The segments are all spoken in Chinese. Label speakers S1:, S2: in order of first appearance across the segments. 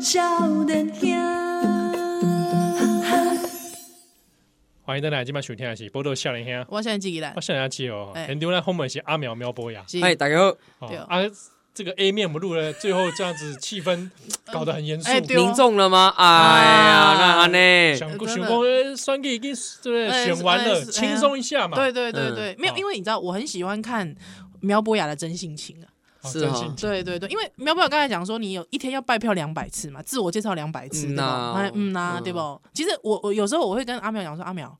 S1: 少年兄，
S2: 欢迎登来，今晚收听的是《波多少年兄》，
S3: 我现在记起来
S2: 我，少年记哦，
S3: 哎
S2: 很丢在后面是阿苗苗博雅。
S3: 是
S4: 嗨，哎大家好，
S2: 哦
S3: 对哦
S2: 啊，这个 A 面我们录了，最后这样子气 氛搞得很严肃。
S3: 哎对哦哎
S4: 您中了吗？哎呀，那安呢？
S2: 想
S3: 真
S2: 过
S3: 的
S2: 想过，呃选举已经对不对
S3: 哎
S2: 选完了，
S3: 是哎是
S2: 轻松一下嘛。
S3: 对对对
S4: 嗯
S3: 对，没有，
S2: 哦
S3: 因为你知道我很喜欢看苗博雅的真性情啊，
S2: 哦
S4: 是
S2: 真
S4: 哦
S2: 性情
S3: 对对对，因为苗博雅刚才讲说你有一天要拜票两百次嘛，自我介绍两百次，
S4: 嗯
S3: 对吧
S4: 呐？
S3: 哎嗯呐，
S4: 嗯
S3: 对不？其实我我有时候我会跟阿苗讲说，阿苗，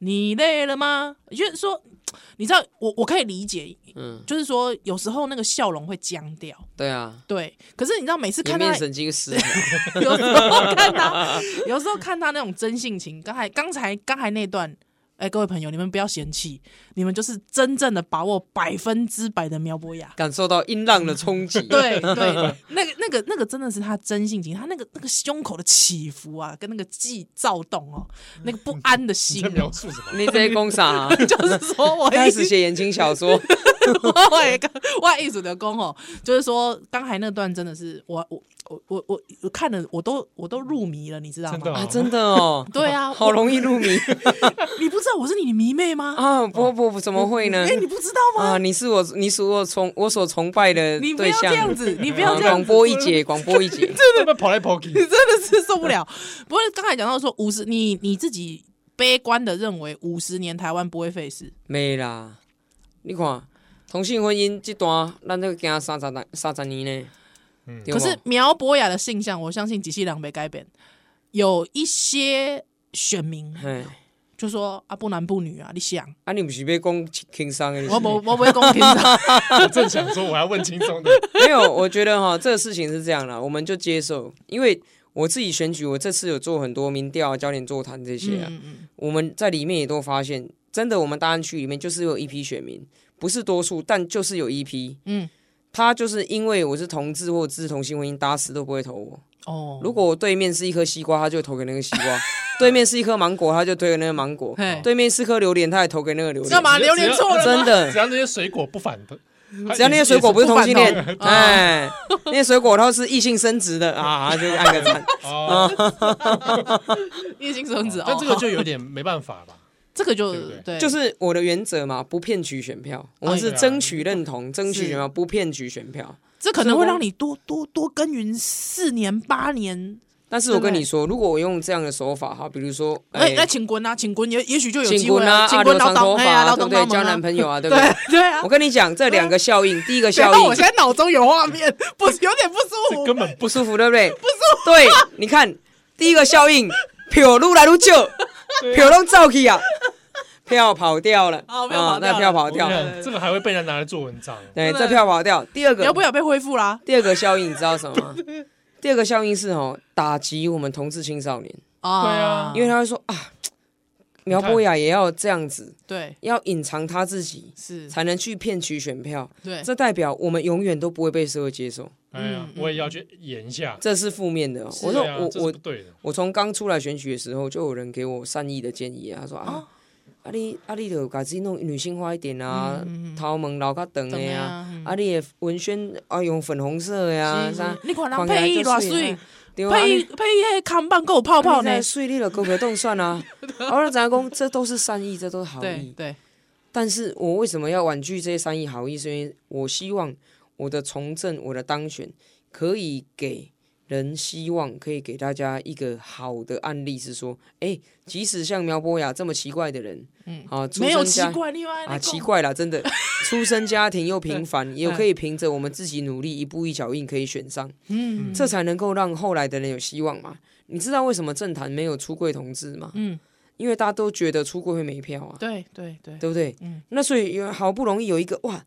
S3: 你累了吗？就是说，你知道我我可以理解，
S4: 嗯，
S3: 就是说有时候那个笑容会僵掉，
S4: 对啊，
S3: 对。可是你知道每次
S4: 颜
S3: 看他
S4: 面神经失调，
S3: 有时候看他，有时候看他那种真性情。刚才刚才刚才那段，哎、各位朋友，你们不要嫌弃，你们就是真正的把握百分之百的苗博 雅
S4: 。感受到音浪的冲击。啊
S3: 对对，对那个那个那个真的是他真性情，他那个那个胸口的起伏啊，跟那个悸躁动哦，那个不安的
S2: 你
S3: 心
S2: 在，描述什么？
S4: 你在攻啥啊？
S3: 就是说我
S4: 开
S3: 一
S4: 始写言情 小说，
S3: 我也跟我艺术的工哦，就是说刚才那段真的是我我我我我我看了我都我都入迷了，你知道
S2: 真的
S3: 吗？
S2: 哦
S4: 啊真的哦，
S3: 对啊，
S4: 好容易入迷
S3: 你不知道我是你的迷妹吗？
S4: 啊！不不不，怎么会呢
S3: 哎、？你不知道吗？
S4: 啊，你是我，你是我崇我所崇拜的
S3: 你不
S4: 对
S3: 要
S4: 象
S3: 这。样子，你不要
S4: 啊
S3: 这样
S4: 广
S3: 子，
S4: 播一姐，广播一姐，
S2: 他们跑来跑去，
S3: 你真的是受不了。不过刚才讲到说五十，你你自己悲观的认为五十年台湾不会废死，
S4: 没啦。你看同性婚姻这段，咱都行三十年，三十年呢。对
S3: 可
S4: 不
S3: 是苗博雅的性向，我相信几细两被改变，有一些选民
S4: 嘿，
S3: 就说啊不男不女啊，你想
S4: 啊，你不是要讲轻松的？
S3: 我我我不会公平的，
S2: 我正想说我要问轻 松的，
S4: 没有，我觉得哈，这个事情是这样啦，我们就接受，因为我自己选举，我这次有做很多民调、啊、焦点座谈这些啊，
S3: 嗯嗯
S4: 我们在里面也都发现，真的，我们大安区里面就是有一批选民，不是多数，但就是有一批，
S3: 嗯，
S4: 他就是因为我是同志或者是同性婚姻，打死都不会投我。
S3: 哦，
S4: 如果我对面是一颗西瓜，他就投给那个西 瓜；对面是一颗芒果，他就投给那个芒果
S3: 嘿；
S4: 对面是颗榴莲，他也投给那个榴莲。
S3: 干嘛
S2: 只要
S3: 啊榴莲错了吗？
S4: 真的
S2: 只，要那些水果不反的，哎
S4: 只要那些水果不是同性恋
S3: 也是，不反哦
S4: 哎，那些水果它是异性生殖的啊，就按个赞。
S2: 啊，
S3: 叶姓生子，
S2: 但
S3: 哦
S2: 哎这个
S3: 好
S2: 就有点没办法 吧？
S3: 这个就
S2: 对不对
S3: 对，哦
S4: 就是我的原则嘛，不骗取选票，我们
S2: 哎
S4: 是
S2: 对啊
S4: 争取认同，争取
S3: 是
S4: 选票，不骗取选票。
S3: 这可能会让你多多多耕耘四年八年，
S4: 但是我跟
S3: 对
S4: 你说，如果我用这样的手法哈，比如说，
S3: 哎，
S4: 哎
S3: 那，请滚啊，请滚，也也许就有
S4: 请
S3: 机
S4: 滚
S3: 会
S4: 啊，
S3: 请
S4: 啊，
S3: 滚
S4: 留
S3: 老
S4: 长
S3: 党，
S4: 头
S3: 哎
S4: 发
S3: 呀，
S4: 啊，
S3: 老
S4: 对不
S3: 党
S4: 对？
S3: 帮忙
S4: 交
S3: 啊
S4: 男朋友啊，对不对？
S3: 对对啊
S4: 我。跟你讲，这两个效应，第一个
S3: 等
S4: 效
S3: 到我
S4: 应
S3: 现在脑中有画面，不是有点不舒
S2: 这
S3: 服。
S2: 根本
S4: 不舒服，对不对？不
S3: 啊
S4: 舒服。对，你看第一个效应，票撸来撸就，票都照去啊，票跑掉了，
S3: 哦票跑掉了
S4: 那票跑
S2: 我跟
S4: 掉
S2: 你
S4: 了，
S2: 讲，这个还会被人拿来做文章。哎
S4: 对，
S3: 对
S4: 这票跑掉。第二
S3: 苗
S4: 个
S3: 不，要被恢复啦？
S4: 第二个效应，你知道什么 吗？第二个效应是哦，打击我们同志青少年，
S2: 啊
S4: 因为他会说啊，苗博雅也要这样子，
S3: 对
S4: 要隐藏他自己，
S3: 是，
S4: 才能去骗取选票。
S3: 对
S4: 这代表我们永远都不会被社会接受，
S3: 嗯
S2: 哎呀，我也要去演一下。
S4: 这是负面的哦。
S2: 对
S4: 我说
S2: 啊
S4: 我
S2: 这是
S4: 我
S2: 不对的，
S4: 我从刚出来选举的时候，就有人给我善意的建议啊，他说
S3: 哦
S4: 啊，啊你啊你就把自己弄女性化一点啊，
S3: 嗯
S4: 头毛留较长
S3: 怎
S4: 的
S3: 么
S4: 啊，
S3: 样？嗯
S4: 啊你的纹身啊用粉红色的啊，
S3: 是
S4: 啥
S3: 是你看人
S4: 看起来
S3: 配艺
S4: 就
S3: 偌
S4: 水
S3: 水
S4: 啊，对啊，
S3: 配配迄扛棒够泡泡呢
S4: 在？水你的狗狗动 算啊，然后咱讲这都是善意，这都是好
S3: 对
S4: 意，
S3: 对，
S4: 但是我为什么要婉拒这些善意好意？是因为我希望我的从政，我的当选可以给人希望，可以给大家一个好的案例，是说，哎、即使像苗博雅这么奇怪的人，嗯啊，出
S3: 没有
S4: 身
S3: 奇
S4: 家
S3: 怪，另外
S4: 啊，奇怪啦，真 的，出身家庭又平凡，也
S3: 嗯
S4: 可以凭着我们自己努力，一步一脚印可以选上，
S3: 嗯
S4: 这才能够让后来的人有希望嘛。你知道为什么政坛没有出柜同志吗？
S3: 嗯，
S4: 因为大家都觉得出柜会没票啊。
S3: 对对对，
S4: 对不对？
S3: 嗯
S4: 那所以有好不容易有一个哇，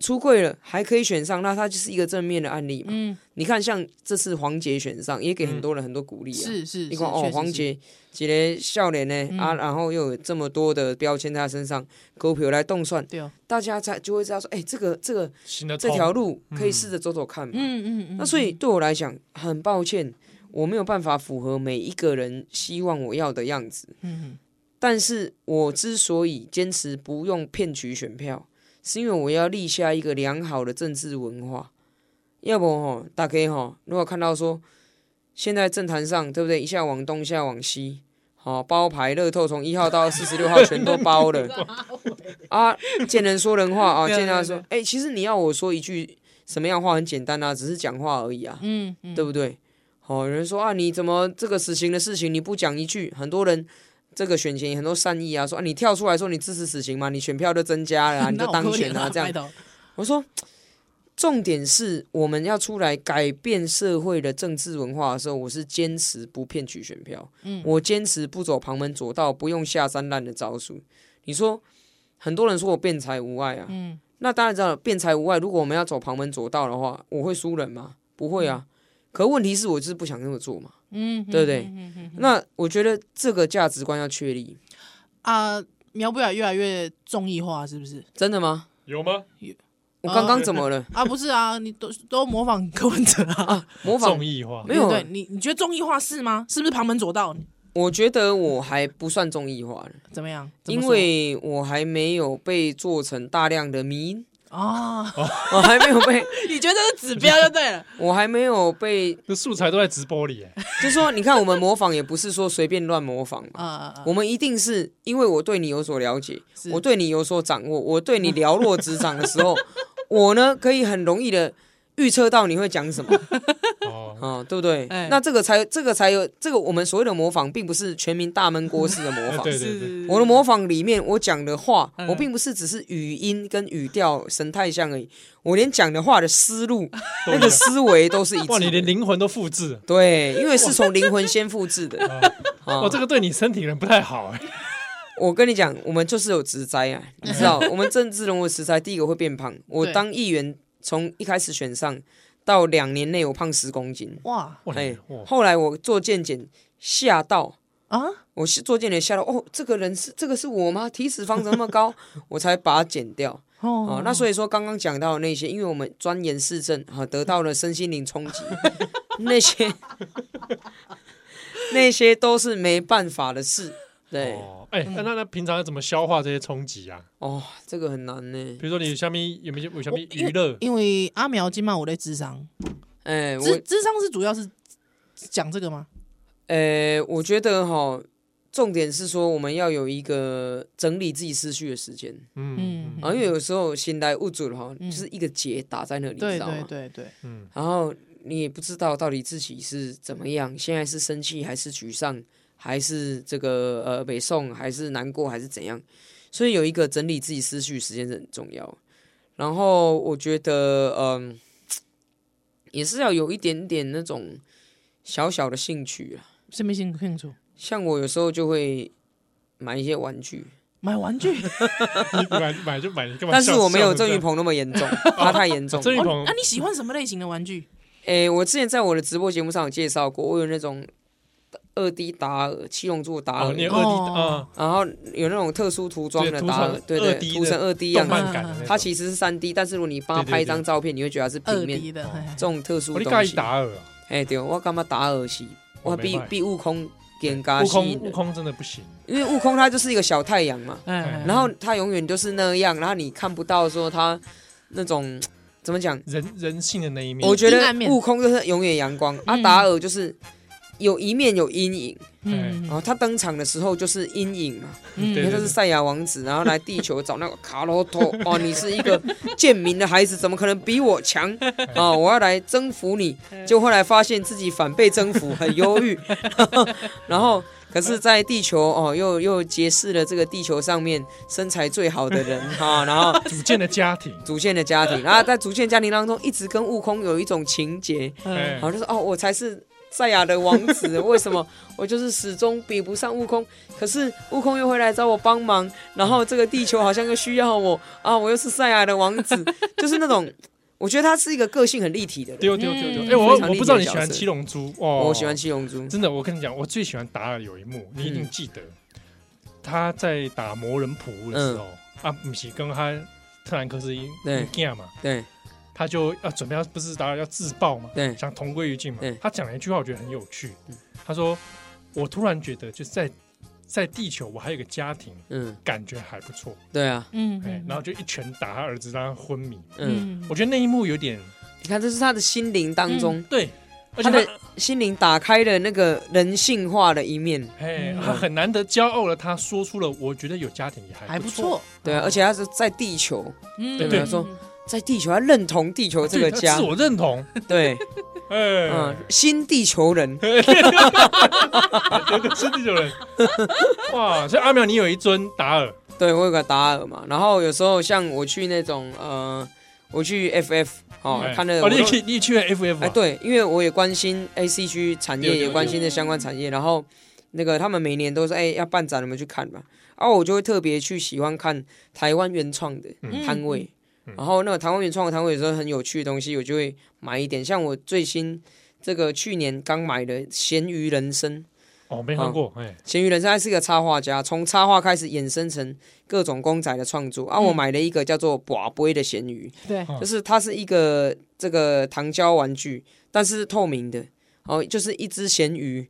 S4: 出柜了还可以选上，那他就是一个正面的案例嘛。
S3: 嗯
S4: 你看，像这次黄杰选上，也给很多人很多鼓励啊。
S3: 嗯是是，
S4: 你
S3: 是
S4: 看哦
S3: 确，实
S4: 黄
S3: 是嗯
S4: 杰几个笑脸呢、啊，然后又有这么多的标签在他身上，狗票来动算，
S3: 对哦，
S4: 大家才就会知道说，哎、这个这个
S2: 行得
S4: 这
S2: 通。
S4: 条路可以试着走走看嘛。
S3: 嗯嗯嗯，
S4: 那所以对我来讲，很抱歉，我没有办法符合每一个人希望我要的样子。
S3: 嗯
S4: 但是我之所以坚持不用骗取选票，是因为我要立下一个良好的政治文化。要不吼，大家吼，如果看到说现在政坛上，对不对？一下往东，一下往西，好、包牌乐透从一号到四 十六号全都包了啊！见人说人话啊，
S3: 对啊
S4: 见他
S3: 对
S4: 说
S3: 啊，
S4: 哎、其实你要我说一句什么样话很简单啊，只是讲话而已啊，
S3: 嗯嗯，
S4: 对不对？好、有人说啊，你怎么这个死刑的事情你不讲一句？很多人这个选前也很多善意啊，说啊，你跳出来说你支持死刑嘛，你选票就增加 了、啊，你就
S3: 那我
S4: 当
S3: 可怜
S4: 选啊，这样
S3: 拜。托
S4: 我说，重点是我们要出来改变社会的政治文化的时候，我是坚持不骗取选票，
S3: 嗯
S4: 我坚持不走旁门左道，不用下三滥的招数。你说，很多人说我辩才无碍啊，
S3: 嗯
S4: 那当然知道辩才无碍。如果我们要走旁门左道的话，我会输人吗？不会啊。可问题是我就是不想那么做嘛。
S3: 嗯，
S4: 对不对
S3: 嗯？嗯嗯嗯
S4: 那我觉得这个价值观要确立，
S3: 啊，苗不雅越来越综艺化，是不是？
S4: 真的吗？
S2: 有吗？
S4: 我刚刚怎么了？
S3: 啊，不是啊，你都都模仿柯文哲啊？
S4: 模仿
S2: 综艺化
S4: 哦没有
S3: 对对你，你觉得综艺化是吗？是不是旁门左道？
S4: 我觉得我还不算综艺化呢。
S3: 怎么样？怎么
S4: 因
S3: 说
S4: 为我还没有被做成大量的迷因，
S3: 啊，
S4: 我还没有被，
S3: 你觉得这是指标就对 了。
S4: 我还没有被，
S2: 这素材都在直播 里，哎
S4: 就是说，你看我们模仿也不是说随便乱模仿嘛，
S3: 啊
S4: 我们一定是因为我对你有所了解
S3: 是，
S4: 我对你有所掌握，我对你了若指掌的 时候，我呢可以很容易的预测到你会讲 什么
S2: 哦，
S4: 啊、对不对？
S3: 哎
S4: 那这个才这个才有这个我们所谓的模仿，并不是全民大闷锅式的模仿
S2: 哎对。对对，
S3: 是
S4: 我的模仿里面，我讲的话，
S3: 嗯
S4: 我并不是只是语音跟语调、神态像而已，我连讲的话的思 路、
S2: 都
S4: 那
S2: 一
S4: 个
S2: 样
S4: 思维都是一
S2: 哇，你
S4: 致
S2: 连
S4: 的。
S2: 灵魂都复制，
S4: 对，因为是从灵魂先复制的。啊
S2: 哇，这个对你身体人不太好，哎，
S4: 我跟你讲，我们就是有职灾啊，你 知道，我们政治人物的职灾，第一个会变胖。我
S3: 对
S4: 当议员从一开始选上到两年内，我胖十公斤。
S3: 哇
S2: 哇，
S4: 哎
S2: 你哇，
S4: 后来我做健检，吓到
S3: 啊，
S4: 我是做健检吓到，哦，这个人是这个是我吗？体脂肪怎么那 么高？我才把它减掉。
S3: 哦
S4: 哦，那所以说刚刚讲到的那些，因为我们钻研市政啊，得到了身心灵冲 击，那些那些都是没办法的事。对，
S2: 哦，哎，
S4: 嗯
S2: 那那那平常要怎么消化这些冲击啊？
S4: 哦，这个很难呢
S2: 比。如说你下面有没有有下面
S3: 我因
S2: 娱乐？
S3: 因为阿苗今晚我在智商，
S4: 哎，我
S3: 智智商是主要是讲这个吗？
S4: 呃，我觉得哈，重点是说我们要有一个整理自己思绪的时间
S2: 嗯
S3: 嗯
S4: 啊，因为有时候闲来无主了哈，就是一个结打在那里，你
S3: 对
S4: 知道
S3: 对
S4: 吗？
S3: 对对，
S2: 嗯，
S4: 然后你也不知道到底自己是怎么样，现在是生气还是沮丧，还是这个呃北宋，还是难过，还是怎样？所以有一个整理自己思绪时间是很重要。然后我觉得，嗯，也是要有一点点那种小小的兴趣啊。
S3: 是没兴兴趣
S4: 像我有时候就会买一些玩具，
S3: 买玩具，
S2: 你买买就买，你干嘛笑？
S4: 但是我没有
S2: 笑成这
S4: 郑云
S2: 样
S4: 鹏那么 严重，他太严重了。
S2: 郑云
S3: 哦
S2: 鹏
S3: 那你喜欢什么类型的玩具？
S4: 诶、我之前在我的直播节目上有介绍过，我有那种二 D 达尔、七龙珠达尔，
S2: 哦，你
S3: 哦
S2: 二 D 啊，
S4: 然后有那种特殊涂装的
S2: 对
S4: 达
S2: 涂
S4: 尔
S2: 成，
S4: 对对，
S2: 2D
S4: 涂成二 D
S2: 动
S4: 样
S3: 的
S4: 子，
S2: 漫感的那种，
S4: 它其实是三 D，但是如果你帮它
S2: 对对
S4: 拍一张照片，你会觉得它是
S3: 二
S4: 平面。
S3: D
S2: 哦
S3: 的，嘿嘿
S4: 这种特殊
S2: 我
S4: 的
S2: 你盖
S4: 东
S2: 伊
S4: 西，
S2: 达尔啊，
S4: 哎，对，我干嘛达尔系？我
S2: 我哦没
S4: 比
S2: 买
S4: 比悟空更加
S2: 悟
S4: 吸
S2: 空
S4: 引
S2: 悟
S4: 人，
S2: 空真的不行，
S4: 因为悟空他就是一个小太阳嘛，
S2: 嗯
S3: 哎，
S4: 然后他永远就是那样，然后你看不到说他那种怎么讲，
S2: 人人性的那一面，
S4: 我觉
S3: 阴
S4: 得
S3: 暗面
S4: 悟空就是永远阳光，阿
S3: 嗯
S4: 达尔就是有一面有阴影，
S3: 嗯
S4: 然后他登场的时候就是阴影嘛，
S3: 嗯
S2: 对
S4: 因为他是赛亚王子，然后来地球找那个卡洛托。 哦，你是一个贱民的孩子，怎么可能比我强 啊、我要来征服你。就后来发现自己反被征服，很忧 郁。然后，可是，在地球哦，又又结识了这个地球上面身材最好的人哈、然后
S2: 组建的家庭，
S4: 组建的家庭，然后在组建家庭当中，一直跟悟空有一种情结，
S2: 哎
S4: 然后就说哦，我才是赛亚的王 子，为什么我就是始终比不上悟空？可是悟空又会来找我帮忙，然后这个地球好像又需要我啊，我又是赛亚的王 子，就是那种，我觉得他是一个个性很立体的人。
S2: 丢丢丢丢，
S3: 嗯
S2: 哎，我
S4: 非常
S2: 我不知道你
S4: 立体的角色
S2: 喜欢七龙珠哦，
S4: 我喜欢七龙珠，嗯
S2: 真的，我跟你讲，我最喜欢达尔有一幕，你一定记得，他在打魔人普乌的时候，啊，不是跟他特兰克斯一
S4: 嗯对
S2: 干嘛，
S4: 对
S2: 他就要准备要不是达尔要自爆嘛，
S4: 对
S2: 想同归于尽嘛
S4: 对。
S2: 他讲了一句话，我觉得很有趣
S4: 嗯，
S2: 他说：“我突然觉得就是在在地球，我还有个家庭，
S4: 嗯，
S2: 感觉还不错。
S4: 对啊，
S3: 嗯
S2: 哎，然后就一拳打他儿子，让他昏迷。
S4: 嗯，
S2: 我觉得那一幕有点
S4: 你看这是他的心灵当中，
S2: 对，嗯而
S4: 他
S2: 且
S4: 的心灵打开了那个人性化的一面，
S2: 哎
S3: 嗯，
S2: 他很难得骄傲了，他说出了我觉得有家庭也
S3: 还
S2: 还
S3: 不
S2: 哎不
S3: 错，
S4: 对啊，而且他是在地球，
S3: 嗯，
S2: 哦对
S4: 没有错在地球，他认同地球这
S2: 对
S4: 个
S2: 他
S4: 家
S2: 自，我认同，
S4: 对，
S2: 哎
S4: 嗯，，新地 球人，
S2: 是这种人， 哇！所以阿苗，你有一尊达尔，
S4: 对我有个达尔嘛，然后有时候像我去那种呃，我去 FF 哦
S2: 哎，
S4: 看那个
S2: 哦，
S4: 我
S2: 你也
S4: 都
S2: 去，你也去了 FF
S4: 哎，
S2: 啊？
S4: 对，因为我也关心 AC 区产
S2: 对
S4: 业，
S2: 对对
S4: 也关心这相关产业，然后那个他们每年都说，哎，要办展，你们去看吧。然后我就会特别去喜欢看台湾原创的
S2: 嗯
S4: 摊位
S2: 嗯，
S4: 然后那个台湾原创的摊位有时候很有趣的东西，我就会买一点。像我最新这个去年刚买的咸鱼人参，
S2: 哦，没看过，哎，
S4: 咸鱼人参他是个插画家，从插画开始衍生成各种公仔的创作。啊，我
S3: 嗯
S4: 买了一个叫做“寡龟”的咸鱼，
S3: 对，
S2: 嗯
S4: 就是它是一个这个糖胶玩具，但是是透明的，哦，就是一只咸鱼，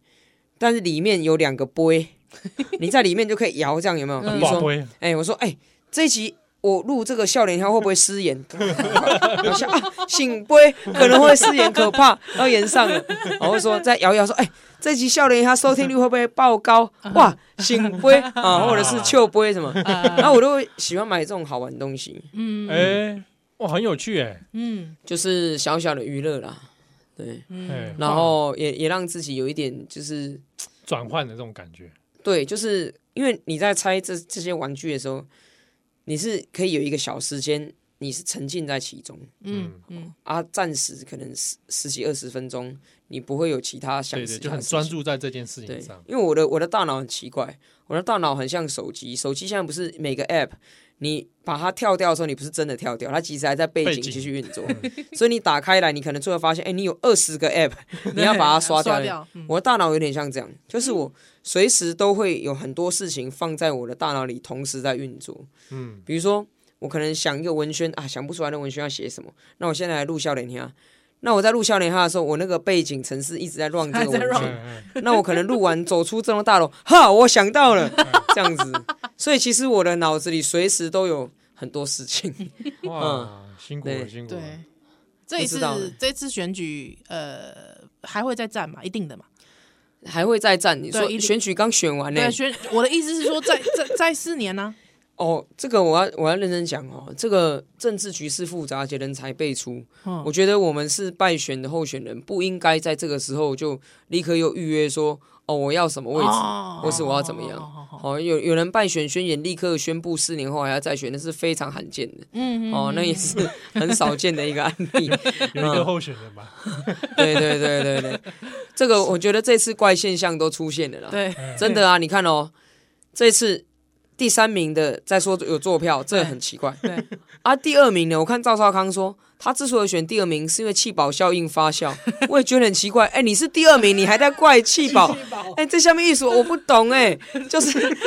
S4: 但是里面有两个杯， 你在里面就可以摇，这样有没有？
S3: 嗯
S4: 比如
S2: 宝
S4: 说，
S2: 贝，
S4: 哎、我说，哎、这一集。我录这个笑脸，他会不会失言？ 然后想啊，醒杯可能会失言，可怕，然后延上了。然后说再摇一摇，说哎、这集笑脸他收听率会不会爆高？哇，醒杯啊，或者是秋杯什么？然后我都会喜欢买这种好玩的东西。
S3: 嗯
S2: 哎，哇，很有趣，哎，
S3: 嗯
S4: 就是小小的娱乐啦，对，
S2: 哎
S3: 嗯，
S4: 然后也也让自己有一点就是
S2: 转换的这种感觉，
S4: 对，就是因为你在拆这这些玩具的时候，你是可以有一个小时间，你是沉浸在其中
S3: 嗯嗯，
S4: 啊，暂时可能十十几二十分钟，你不会有其他想
S2: 对对，
S4: 其
S2: 就
S4: 他
S2: 很
S4: 的事
S2: 专
S4: 情。
S2: 注在这件事
S4: 对
S2: 情上，，
S4: 因为我的我的大脑很奇怪，我的大脑很像手机，手机现在不是每个 app。你把它跳掉的时候，你不是真的跳掉，它其实还在背
S2: 背
S4: 景
S2: 景
S4: 继续运 作。所以你打开来，你可能最后发现，哎、你有二十个 app，你要把它刷掉
S3: 刷
S4: 的。
S3: 掉，嗯
S4: 我的大脑有点像这样，就是我随时都会有很多事情放在我的大脑里，同时在运作。
S2: 嗯，
S4: 比如说，我可能想一个文宣啊，想不出来那文宣要写什么，那我现在来录笑脸哈。那我在录笑脸哈的时候，我那个背景城市一直在乱这个
S3: 还在
S4: 文
S3: 乱
S4: 宣。
S2: 嗯
S4: 那我可能录完走出这栋大楼，哈，我想到了，这样子。所以其实我的脑子里随时都有很多事情。
S2: 嗯哇，辛苦了，
S4: 对
S2: 辛苦了
S3: 对。，这一
S4: 不知道
S3: 次
S4: 欸
S3: 这次选举，呃，还会再战嘛？一定的嘛？
S4: 还会再战，你
S3: 对
S4: 说
S3: 一定
S4: 选举刚选完呢、
S3: 对，啊选我的意思是说，再再再四年 呢？
S4: 哦，这个我要我要认真讲哦，这个政治局势复杂，而且人才辈出。
S3: 嗯
S4: 我觉得我们是败选的候选人，不应该在这个时候就立刻又预约说哦我要什么位置，
S3: 哦
S4: 或是我要怎么样
S3: 好好好好
S4: 哦有有人败选宣言立刻宣布四年后还要再选，那是非常罕见的
S3: 嗯，嗯
S4: 哦，那也是很少见的一个案例。 嗯
S2: 有一个候选人吧，
S4: 对对对对对，这个我觉得这次怪现象都出现了啦。
S3: 对，
S4: 真的啊，你看哦，这次第三名的在说有坐票，这很奇怪。
S3: 对
S4: 啊，第二名呢，我看赵少康说他之所以选第二名，是因为气保效应发酵，我也觉得很奇怪。哎、你是第二名，你还在怪气保？哎、这下面意思我不懂哎、就是。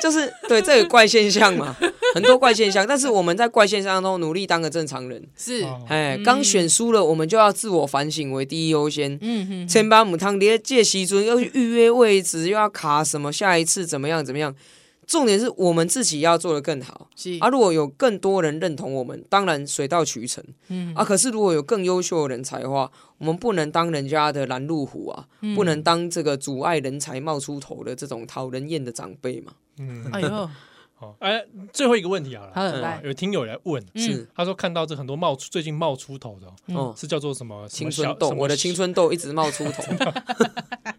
S4: 就是对，这有怪现象嘛，很多怪现象。但是我们在怪现象中努力当个正常人。
S3: 是，
S2: 哦
S4: 哎，刚选输了，我们就要自我反省为第一优先。
S3: 嗯嗯
S4: 千八母汤爹借席尊又去预约位置，又要卡什么，下一次怎么样怎么样？重点是我们自己要做的更好
S3: 是
S4: 啊！如果有更多人认同我们，当然水到渠成，嗯啊。可是如果有更优秀的人才的话，我们不能当人家的拦路虎啊，不能当这个阻碍人才冒出头的这种讨人厌的长辈嘛。
S2: 嗯，
S3: 哎 呦，
S2: 好，哎，最后一个问题好了，哦
S3: 好了，来，
S2: 有听友来问，
S4: 是
S2: 他说看到这很多冒出最近冒出头的哦，
S3: 嗯
S4: 哦，
S2: 是叫做什么什
S4: 青
S2: 么
S4: 春
S2: 小
S4: 痘，
S2: 什么
S4: 我的青春痘一直冒出 头，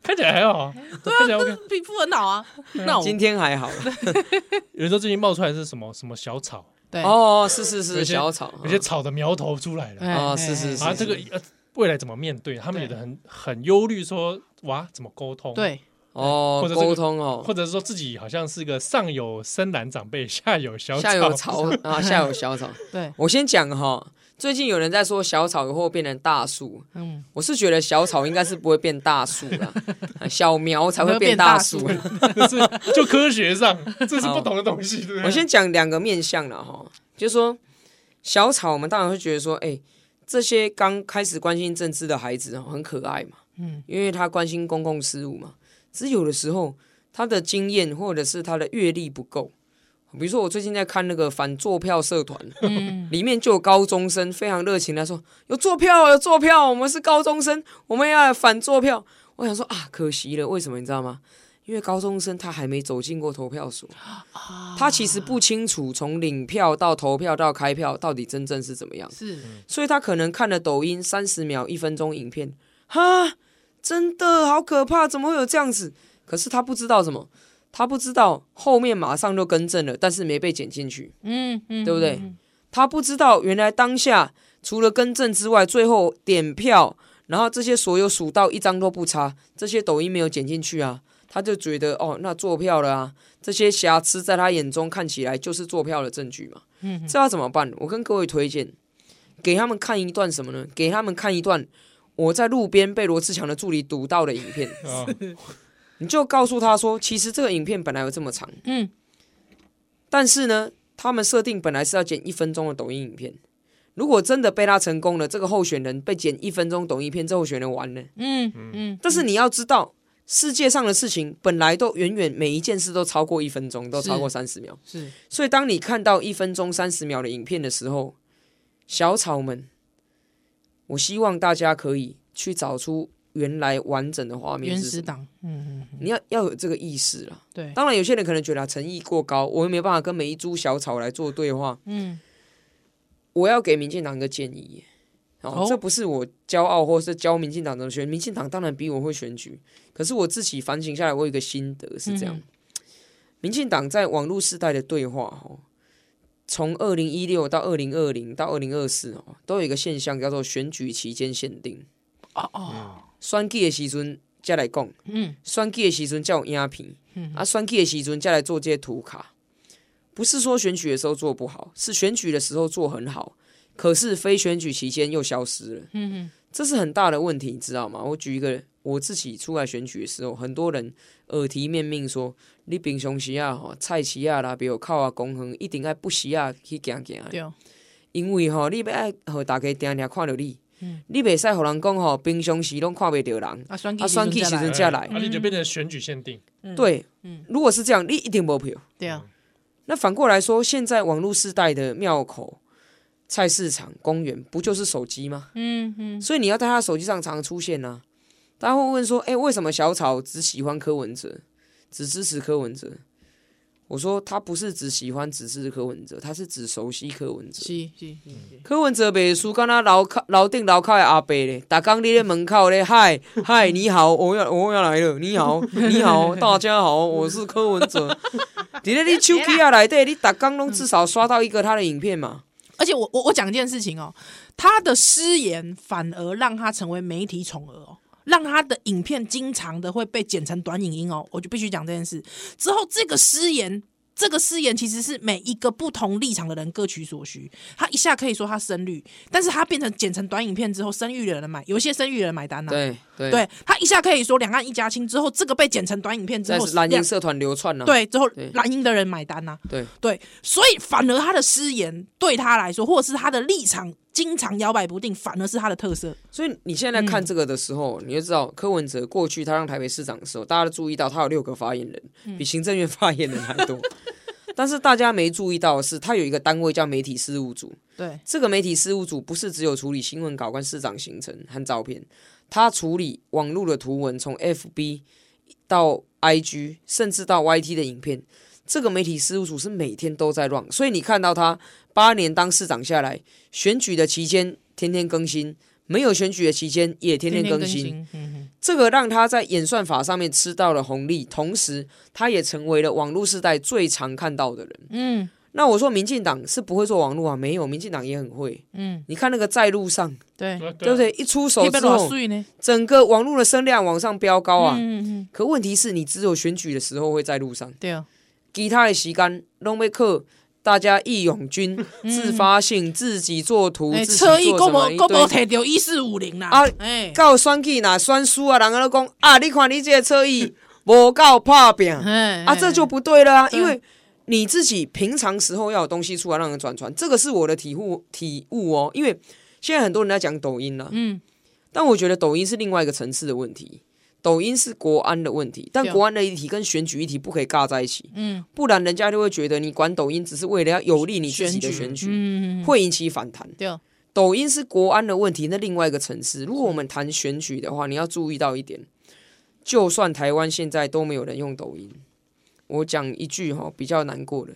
S2: 看起来还好啊，看起来 OK。
S3: 皮肤很好啊，那我
S4: 嗯今天 还好。
S2: 有人说最近冒出来是什么什么小草，
S3: 对
S4: 哦，是是
S2: 有
S4: 是，
S2: 些
S4: 小草
S2: 有些草的苗头出来了
S3: 哎
S4: 哦
S3: 哎
S4: 是是
S3: 哎
S4: 嗯是
S2: 啊，这个呃未来怎么面对？他们
S3: 对
S2: 有的很很忧虑，说哇怎么沟通？，
S3: 对，
S4: 哦
S2: 或，者这个
S4: 沟通哦，
S2: 或者是说自己好像是个上有深蓝长辈，下有小
S4: 下有草啊，下有小草。
S3: 对，
S4: 我先讲哈，最近有人在说小草以后变成大树，
S3: 嗯，
S4: 我是觉得小草应该是不会变大树 啦，啊小苗才会变树。
S2: 是就科学上这是不同的东西，对不对？
S4: 我先讲两个面向了哈，就是说小草，我们当然会觉得说，哎、这些刚开始关心政治的孩子哦很可爱嘛，
S3: 嗯，
S4: 因为他关心公共事务嘛。只是有的时候他的经验或者是他的阅历不够，比如说我最近在看那个反坐票社团，
S3: 嗯，
S4: 里面就有高中生非常热情的说：“有坐票，有坐票，我们是高中生，我们要反坐票。”我想说啊，可惜了，为什么你知道吗？因为高中生他还没走进过投票所，他其实不清楚从领票到投票到开票到底真正是怎么样，
S3: 是
S4: 所以他可能看了抖音三十秒、一分钟影片，哈，真的好可怕，怎么会有这样子？可是他不知道什么，他不知道后面马上就更正了，但是没被剪进去。
S3: 嗯嗯，
S4: 对不对
S3: 嗯？
S4: 他不知道原来当下除了更正之外，最后点票，然后这些所有数到一张都不差，这些抖音没有剪进去啊，他就觉得哦，那做票了啊，这些瑕疵在他眼中看起来就是做票的证据嘛。
S3: 嗯，
S4: 这要怎么办？我跟各位推荐，给他们看一段什么呢？给他们看一段我在路边被罗志祥的助理堵到的影 片，
S2: 啊，
S4: 你就告诉他说，其实这个影片本来有这么长，
S3: 嗯，
S4: 但是呢，他们设定本来是要剪一分钟的抖音影片。如果真的被他成功了，这个候选人被剪一分钟抖音片，这候选人完了。
S3: 嗯嗯嗯，
S4: 但是你要知道，世界上的事情本来都远远每一件事都超过一分钟，都超过三十秒。
S3: 是
S4: 所以当你看到一分钟三十秒的影片的时候，小草们，我希望大家可以去找出原来完整的画面
S3: 原
S4: 是什
S3: 始
S4: 么。
S3: 党，嗯嗯，嗯
S4: 你要要有这个意识啦。
S3: 对，
S4: 当然，有些人可能觉得啊诚意过高，我又没办法跟每一株小草来做对话。
S3: 嗯
S4: 我要给民进党一个建议，哦，
S3: 哦
S4: 这不是我骄傲或是教民进党怎么选，民进党当然比我会选举，可是我自己反省下来，我有一个心得是这样：
S3: 嗯
S4: 民进党在网络时代的对话，哦，从二零一六到二零二零到二零二四哦，都有一个现象叫做选举期间限定。嗯
S3: 哦哦，
S4: 选举的时阵再来讲，
S3: 嗯，
S4: 选举的时阵才有影片，啊，选举的时阵再来做这些图卡。不是说选举的时候做不好，是选举的时候做很好，可是非选举期间又消失了，嗯这是很大的问题，你知道吗？我举一个我自己出来选举的时候，很多人耳提面命说，你平常时啊，吼菜市啊啦，比如靠啊公园，一定爱不时啊去行行。
S3: 嗯对，哦
S4: 因为吼、你要爱互大家定定看到你，
S3: 嗯
S4: 你袂使互人讲吼、平常时拢看袂到人。
S3: 啊，选举
S4: 啊选举
S3: 时阵
S4: 时
S3: 再
S4: 阵
S3: 来
S4: 才来
S2: 啊，你就变成选举限定，
S4: 对，
S3: 嗯
S4: 如果是这样，你一定没票。
S3: 对啊，
S4: 那反过来说，现在网络世代的庙口、菜市场、公园，不就是手机吗？
S3: 嗯嗯，
S4: 所以你要在他的手机上常常出现呢、大家会问说：“哎、为什么小草只喜欢柯文哲，只支持柯文哲？”我说他不是只喜欢只支持柯文哲，他是只熟悉柯文哲。
S3: 是是，
S4: 柯文哲袂输，敢若楼靠楼顶楼靠的阿伯咧，逐工你咧门口咧，嗨 嗨，你好，我要我要来了，你好，你 好，大家好，我是柯文 哲。伫咧你手机啊内底，你逐工拢至少刷到一个他的影片嘛。
S3: 而且我我我讲一件事情哦，他的失言反而让他成为媒体宠儿哦，让他的影片经常的会被剪成短影音哦，我就必须讲这件事。之后这个失言。这个失言其实是每一个不同立场的人各取所需。他一下可以说他声律，但是他变成剪成短影片之后，声律的人买，有一些声律的人买单呐、啊
S4: 对对，
S3: 对他一下可以说两岸一家亲之后，这个被剪成短影片之
S4: 在
S3: 后，
S4: 蓝
S3: 两
S4: 营社团流窜呢、啊。
S3: 对，之后
S4: 对
S3: 蓝营的人买单呐、啊
S4: 对
S3: 对，所以反而他的失言对他来说，或者是他的立场经常摇摆不定，反而是他的特色。
S4: 所以你现在看这个的时候，你就知道柯文哲过去他当台北市长的时候，大家都注意到他有六个发言人，比行政院发言人还 多。但是大家没注意到的是，他有一个单位叫媒体事务组，
S3: 对，
S4: 这个媒体事务组不是只有处理新闻稿跟市长行程和照片，他处理网络的图文，从 FB 到 IG，甚至到 YT 的影片。这个媒体事务组是每天都在乱，所以你看到他八年当市长下来，选举的期间天天更新，没有选举的期间也天天更新。
S3: 新，嗯
S4: 这个让他在演算法上面吃到了红利，同时他也成为了网络时代最常看到的人。
S3: 嗯
S4: 那我说民进党是不会做网络啊，没有，民进党也很会。
S3: 嗯，
S4: 你看那个在路上，
S3: 对，
S2: 啊
S4: 对不？对？一出手
S3: 你被
S4: 之
S3: 多
S4: 后，
S3: 碎呢？
S4: 整个网络的声量往上飙高啊。
S3: 嗯嗯，
S4: 可问题是你只有选举的时候会在路上，
S3: 对啊，
S4: 其他的时间拢要靠大家义勇军、 自发性自己做图、
S3: 嗯哎，
S4: 自己
S3: 侧
S4: 做
S3: 翼
S4: 什
S3: 够
S4: 么
S3: 无
S4: 一
S3: 够无
S4: 堆。
S3: 提到一四五零啦
S4: 啊，
S3: 哎
S4: 到选举哪选输啊，人家都讲啊，你看你这个 车意无够拍拼。
S3: 哎
S4: 啊，这就不对了啊，
S3: 对
S4: 因为你自己平常时候要有东西出来让人转传，这个是我的体悟体悟哦。因为现在很多人在讲抖音啦、
S3: 嗯
S4: 但我觉得抖音是另外一个层次的问题。抖音是国安的问题，但
S3: 对
S4: 国安的议题跟选举议题不可以尬在一起，
S3: 嗯
S4: 不然人家就会觉得你管抖音只是为了要有利你自己的选
S2: 选
S4: 举，
S3: 嗯，
S4: 会引起反弹。
S3: 对，哦
S4: 抖音是国安的问题，那另外一个层次，如果我们谈选举的话，你要注意到一点，就算台湾现在都没有人用抖音，我讲一句哈、比较难过的，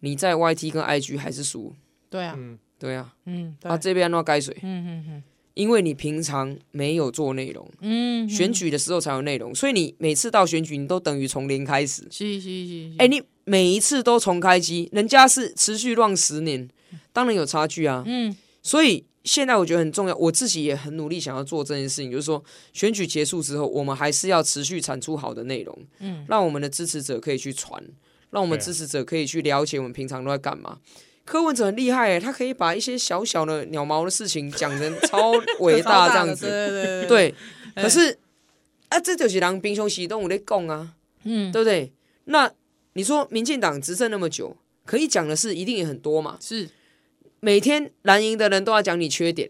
S4: 你在 YT 跟 IG 还是输，
S3: 对啊，
S2: 嗯，
S4: 对啊，
S3: 嗯，对
S4: 啊，这边要该水，
S3: 嗯嗯嗯
S4: 因为你平常没有做内容，
S3: 嗯，
S4: 选举的时候才有内容，所以你每次到选举，你都等于从零开始。
S3: 是是是，
S4: 哎、你每一次都重开机，人家是持续乱十年，当然有差距啊。
S3: 嗯，
S4: 所以现在我觉得很重要，我自己也很努力想要做这件事情，就是说选举结束之后，我们还是要持续产出好的内容，嗯，让我们的支持者可以去传，让我们
S2: 对啊
S4: 支持者可以去了解我们平常都在干嘛。柯文哲很厉害耶，他可以把一些小小的鸟毛的事情讲成 超伟大这样子，
S3: 对对对，
S4: 对。可是啊，这就是人平常时都有在讲啊，
S3: 嗯，
S4: 对不对？那你说民进党执政那么久，可以讲的事一定也很多嘛。
S3: 是
S4: 每天蓝营的人都要讲你缺点，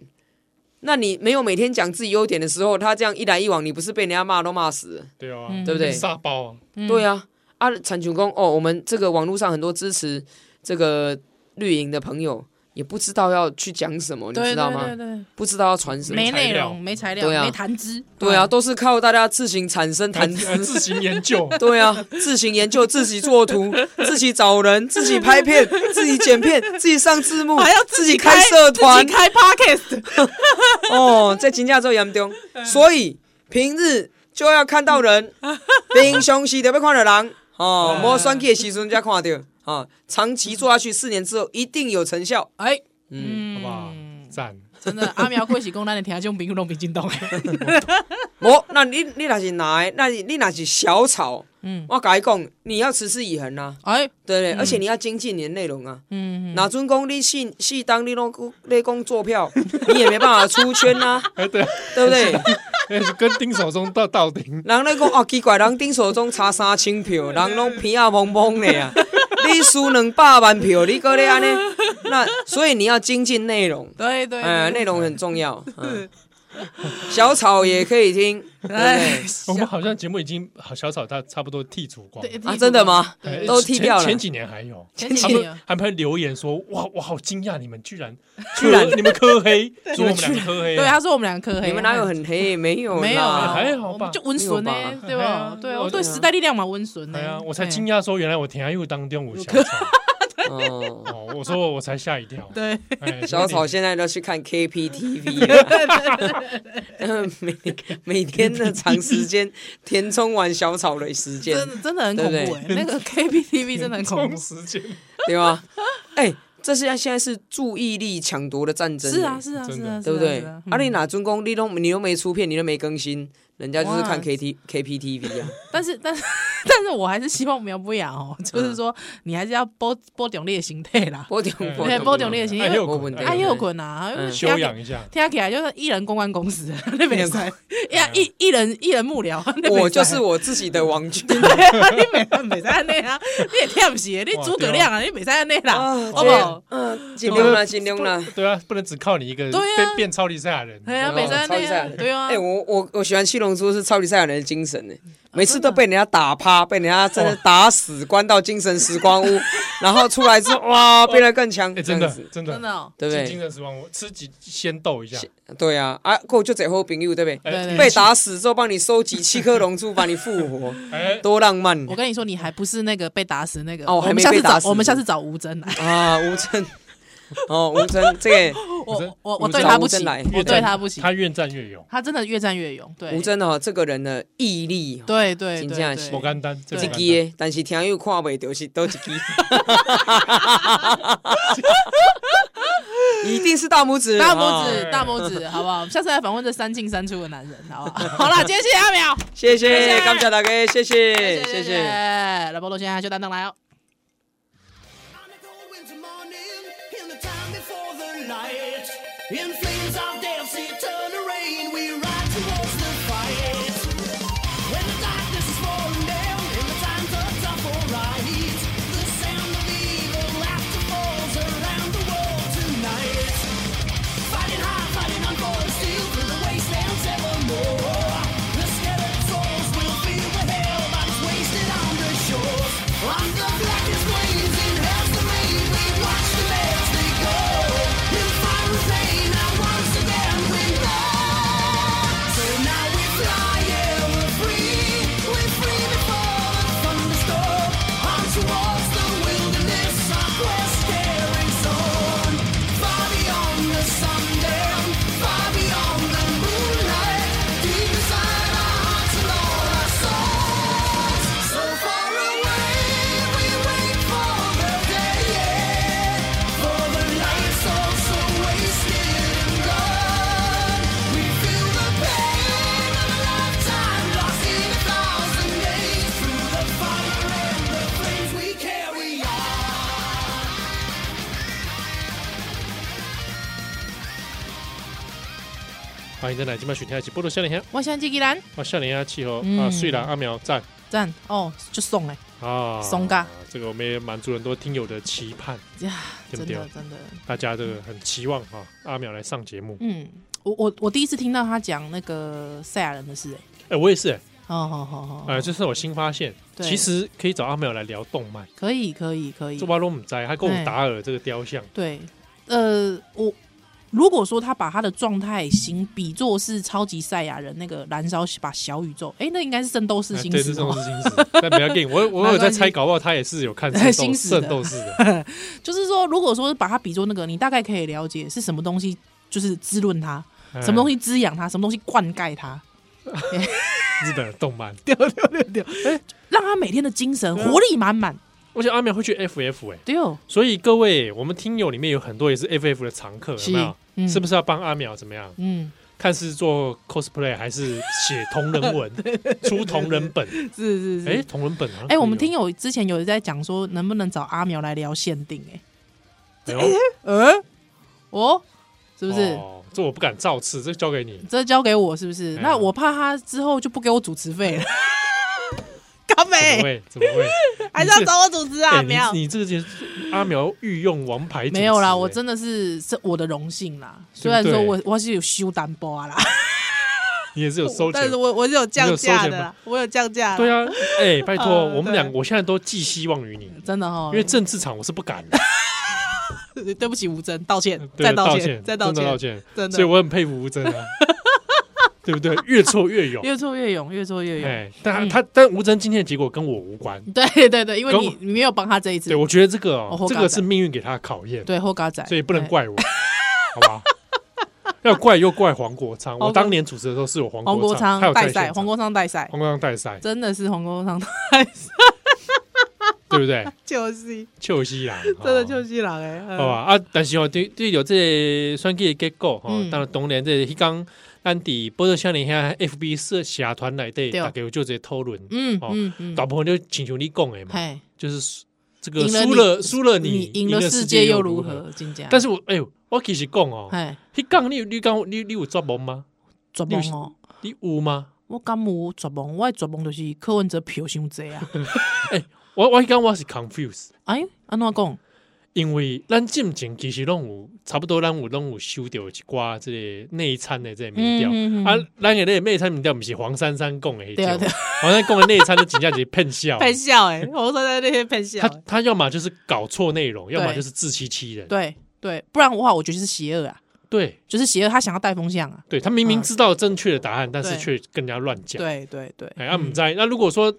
S4: 那你没有每天讲自己优点的时候，他这样一来一往，你不是被人家骂都骂死了？
S2: 对啊，
S3: 嗯
S4: 对不对
S2: 沙包啊，
S4: 对啊，啊，产权工哦，我们这个网络上很多支持这个绿营的朋友也不知道要去讲什么，你
S3: 对
S4: 知道
S3: 对
S4: 吗？
S3: 对对，
S4: 不知道要传什么
S2: 没。
S3: 没内
S2: 材料
S3: 容，没材料，
S4: 对啊
S3: 没谈资，
S4: 对啊，，都是靠大家自行产生谈
S2: 呃
S4: 资。
S2: 自行研究，
S4: 对啊，自行研究，自己做图，自己找人，自己拍片，自己剪片，自己上字幕，
S3: 还要
S4: 自
S3: 自己
S4: 开
S3: 开
S4: 社团
S3: 自己，开 podcast，
S4: 哦，在金价做严重，
S3: 嗯
S4: 所以平日就要看 到人，平常时就要看到人，哦，
S2: 嗯
S4: 无选举的时阵才看到，啊，长期做下去，四年之后一定有成效。
S3: 哎，
S4: 嗯，
S2: 好不好？赞，
S3: 真 的，阿苗贵喜公，咱的听众朋友拢比进动，
S4: 无，那你你若是哪的，那你你若是小草，
S3: 嗯
S4: 我甲你讲，你要持之以恒啊，
S3: 哎，
S4: 对不对？而且你要精进你的内容啊。
S3: 嗯，
S4: 哪尊公你信戏当你拢咧讲做票， 你也没办法出圈啊，
S2: 哎，对啊，
S4: 对 不对？
S2: 哎跟丁守中到到顶，
S4: 人咧讲哦，奇怪，人顶手中差三千票，人拢鼻啊蒙蒙的啊。你输两百万票，你搁咧安尼，那所以你要精进内容，
S3: 对对，
S4: 哎、内容很重 要。嗯、小草也可以听，对不
S3: 哎
S4: 对？
S2: 我们好像节目已经小草他差不多剔除光了。
S3: 对
S4: 啊，真的？吗？
S2: 哎
S4: 都剃
S2: 前
S4: 掉了
S2: 前几年还有，
S3: 前几
S2: 他
S3: 年有
S2: 们他们还留言说：“哇，我好惊讶，你们居然
S4: 居然
S2: 科你们科黑，说我们两个科黑啊。
S3: 对，他说我们两颗黑，
S4: 你们哪有很黑？没有啦，
S3: 没有啊，
S2: 还好吧
S3: 我们就温存呢
S4: 没有，吧
S3: 对
S2: 哎
S3: 吧
S2: 呀？
S3: 对啊，
S2: 我
S3: 我对时代力量嘛温存呢。
S2: 哎呀，我才
S3: 哎
S2: 惊讶说，原来我田安又当中有小草。
S4: 哦。
S2: 哦，我说我才吓一跳。
S3: 对，
S2: 哎
S4: 小草现在都去 看 KPTV 了，嗯每每天的长时间填充完小草的时间，
S3: 真的真的很恐
S4: 对
S3: 怖
S4: 不
S3: 哎，那个 KPTV 真的很恐
S2: 充
S3: 怖。
S2: 时间，
S4: 对吧？哎、这是现在是注意力抢夺的战争、
S3: 是啊，，是啊，
S2: 真
S3: 是
S2: 的
S3: 啊，
S4: 对不对？
S3: 啊
S4: 啊，你哪尊公，你都你都没出片，你都没更新，人家就是看
S3: 哇
S4: K T K P T V 啊，
S3: 但是，但是，但是我还是希望苗不雅哦，
S4: 嗯
S3: 就是说，你还是要保保重你的心态啦，
S4: 波点
S2: 对
S4: 波
S3: 对，
S4: 点
S3: 保重你的心态，
S2: 哎
S3: 因为
S2: 又滚，
S4: 对
S3: 哎，
S4: 又
S3: 有困啊，因为
S4: 嗯
S2: 修养一下。
S3: 听起来就是艺人公关公司， 那
S4: 艺
S3: 没
S4: 人
S3: 事
S4: 公，嗯
S3: 呀，艺艺人艺人幕僚， 那不
S4: 我
S3: 可以
S4: 就是我自己的王 军
S3: 你袂使袂使安尼啊，你也忝死的，你诸葛亮啊，你袂使安尼啦，
S4: 哦啊，
S3: 好不
S4: 好不
S3: 好
S4: 好？嗯，尽量啦，尽量啦。
S2: 对啊，不能只靠你一个人
S3: 对啊
S2: 变变超级赛亚人。
S3: 哎呀，
S4: 没
S3: 袂
S4: 有
S3: 使安
S4: 哦超级
S3: 尼
S4: 赛亚
S3: 啊，
S4: 人
S3: 对啊嗯
S4: 哎、，我我我喜欢七龙珠是超级赛亚人的精神呢、每次都被人家打趴，被人家真的打死，关到精神时光屋，然后出来之后哇，变得更强，
S2: 哎，
S4: 这
S2: 真
S4: 样
S2: 的
S4: 子，
S2: 真的
S3: 真的哦，
S4: 对不对？
S2: 精神时光，我吃几仙豆一下。
S4: 对啊，啊，够就最后朋友对不
S2: 哎
S4: 对？
S3: 对对
S4: 被打死之后，帮你收集七颗龙珠，把你复活，
S2: 哎，
S4: 多浪漫
S3: 我跟你说，你还不是那个被打死那个，
S4: 嗯哦
S3: 我
S4: 还
S3: 们
S4: 没
S3: 下次
S4: 被打
S3: 找
S4: 死
S3: 我们下次找吴真来，
S4: 啊！吴真，哦，吴真， 这个
S3: 我我
S4: 吴
S3: 我对
S4: 真
S3: 他不
S4: 吴真
S3: 行，
S4: 来
S3: 我对他不行
S2: 他，越战越勇，
S3: 他真的越战越勇，对
S4: 吴，真哦，这个人的毅力哦，
S3: 对对
S4: 真
S3: 对
S4: 正
S3: 对
S4: 是啊
S2: 不简单，这
S4: 一
S2: 不简
S4: 支
S2: 单。
S4: 的，但是听又看袂到是都一 支，一定是大拇指，
S3: 大拇
S4: 哦，
S3: 指，大拇 指，好不好？下次来访问这三进三出的男人，好不好？ 好啦，今天谢谢阿淼，
S4: 谢
S3: 谢谢
S4: 谢，感谢大家，谢谢，谢
S3: 谢，
S4: 谢。
S3: 来波罗先生就担当来哦。
S1: On a cold winter morning, in the time before the light, in flames of death's eternal rain, we ride towards the fight. When the darkness is falling down, and the times are tough, alright, the sound of evil laughter falls around the world tonight. Fighting high, fighting on for the steel, through the wastelands evermore. The skeleton
S2: 欢迎再来今晚选听一起波多少年兄，
S3: 我想这个人
S2: 啊，少年兄气候
S3: 嗯
S2: 啊，睡了阿苗赞
S3: 赞哦，就送哎、
S2: 啊，
S3: 松嘎，
S2: 这个我们也满足很多听友的期盼，
S3: 呀，
S2: 对不
S3: 真
S2: 对
S3: 的真的，
S2: 大家这个很期望啊，阿苗来上节目，
S3: 嗯，我我我第一次听到他讲那个赛亚人的事哎、
S2: 哎，我也是哎，
S3: 哦好好好，
S2: 呃，这是我新发现，
S3: 对
S2: 其实可以找阿苗来聊动漫，
S3: 可以可以可以
S2: 这，巴罗姆在，还跟我达尔这个雕像，
S3: 对，呃，我如果说他把他的状态型比作是超级赛亚人那个燃烧把小宇宙，哎、那应该是圣斗士
S2: 哎
S3: 星
S2: 对，
S3: 矢
S2: 这
S3: 哦
S2: 种是星矢， 但不要紧，我我有在
S3: 没关系
S2: 猜，搞不好他也是有 看圣斗
S3: 星矢的
S2: 圣斗士的，
S3: 就是说，如果说把它比作那个，你大概可以了解是什么东西，就是滋润它， 什么东
S2: 西？
S3: 西滋养它，什么东西灌溉它，
S2: 哎日本的动漫，
S3: 让它每天的精
S2: 啊
S3: 神活力满满。
S2: 而且阿苗会去 FF 哎。
S3: 对哦，
S2: 所以各位，我们听友里面有很多也是 FF 的常客，有没有？
S3: 嗯
S2: 是不是要帮阿淼怎么样？
S3: 嗯，
S2: 看是做 cosplay 还是写同人 文，出同人本？
S3: 是是是。
S2: 哎，同人本啊！
S3: 哎、我们听友之前有在讲说，能不能找阿苗来聊限定、
S2: 哎呦，
S3: 哎，呃，哦，是
S2: 是
S3: 不是？
S2: 这我不敢造次，这交给你。
S3: 这交给我是不是？
S2: 哎呀
S3: 那我怕他之后就不给我主持 费了。干
S2: 怎么
S3: 妹
S2: 会？怎么会？
S3: 哎 还是要找我主持啊？
S2: 哎，
S3: 没有
S2: 你你这个就是阿苗御用王牌主持，
S3: 没有啦，我
S2: 哎
S3: 真的是是我的荣幸啦。
S2: 对
S3: 虽然说
S2: 对
S3: 我我是有修单波啊啦，
S2: 你也是有收
S3: 但
S2: 钱
S3: 是。我我是有降价
S2: 你有收钱
S3: 的
S2: 吗
S3: 啦，我有降 价。
S2: 对， 啊，哎，拜托，
S3: 呃
S2: 我们俩
S3: 对
S2: 我现在都寄希望于你，因
S3: 真的哦，
S2: 为政治场我是不 敢的，
S3: 对不起吴真，道歉，
S2: 呃对
S3: 再道
S2: 歉，
S3: 再道
S2: 真的道
S3: 歉，
S2: 歉。
S3: 真
S2: 所以
S3: 的。
S2: 我很佩服吴真啊， 对不对？越挫越勇。
S3: 越挫越勇，越挫越勇。
S2: 哎，但
S3: 嗯
S2: 他、他但吴真今天的结果跟我无关。
S3: 对对对，因为
S2: 跟
S3: 你
S2: 我
S3: 你没有帮他这一次
S2: 对，，我觉得这个、哦
S3: 我后
S2: 这
S3: 感
S2: 个是命运给他的考验，
S3: 对后嘎仔，
S2: 所以不能
S3: 对。
S2: 怪我，好吧？ 要怪又怪黄国昌，
S3: 国
S2: 我当年主持的时候是有黄
S3: 黄国
S2: 昌，
S3: 昌
S2: 还有
S3: 代
S2: 在
S3: 赛，
S2: 现
S3: 黄
S2: 场
S3: 国昌代赛，
S2: 黄国昌代赛，
S3: 真的是黄国昌
S2: 对不对？
S3: 就是
S2: 邱哦西啦，真
S3: 真的就是人哎、嗯
S2: 哦好吧？啊，但是哦，对对，有这个选举的结果哈、哦
S3: 嗯，
S2: 当然当然这迄刚咱伫波特少年遐 FB 社社团内底，
S3: 对
S2: 大家有就这讨论，
S3: 嗯
S2: 哦
S3: 嗯嗯，
S2: 大部分就请求你讲的嘛，
S3: 嘿，
S2: 就是这个
S3: 赢了
S2: 输
S3: 你
S2: 了输了你，
S3: 赢了世界又如？何？金家，
S2: 但
S3: 是
S2: 是我哎呦，我其实讲哦，
S3: 嘿，
S2: 迄讲你有你讲你你有做梦吗？
S3: 绝
S2: 你有
S3: 望哦，
S2: 你有吗？
S3: 我敢有绝望，我的绝望就是柯文哲票伤济 啊！
S2: 我我讲我是 confuse，
S3: 哎，安怎讲？
S2: 因为咱进前其实拢有差不多，咱有拢有收到一寡这个内参的这个民调、
S3: 嗯嗯嗯
S2: 啊，咱的那个内参民调不是黄珊珊讲的那
S3: 对啊
S2: 种
S3: 对啊，。
S2: 黄珊珊讲的内参都真正是骗笑
S3: 笑哎、我说在那些骗笑欸
S2: 他他要么就是搞错内容，要么
S3: 对
S2: 就是自欺欺人。
S3: 对对，不然的话，我觉得是邪恶啊，
S2: 对
S3: 就是邪恶，他想要带风向啊，
S2: 对，他明明
S3: 嗯
S2: 知道正确的答案，但是
S3: 对
S2: 却更加乱讲。
S3: 对对对，
S2: 哎，啊，
S3: 嗯
S2: 唔在。那如果说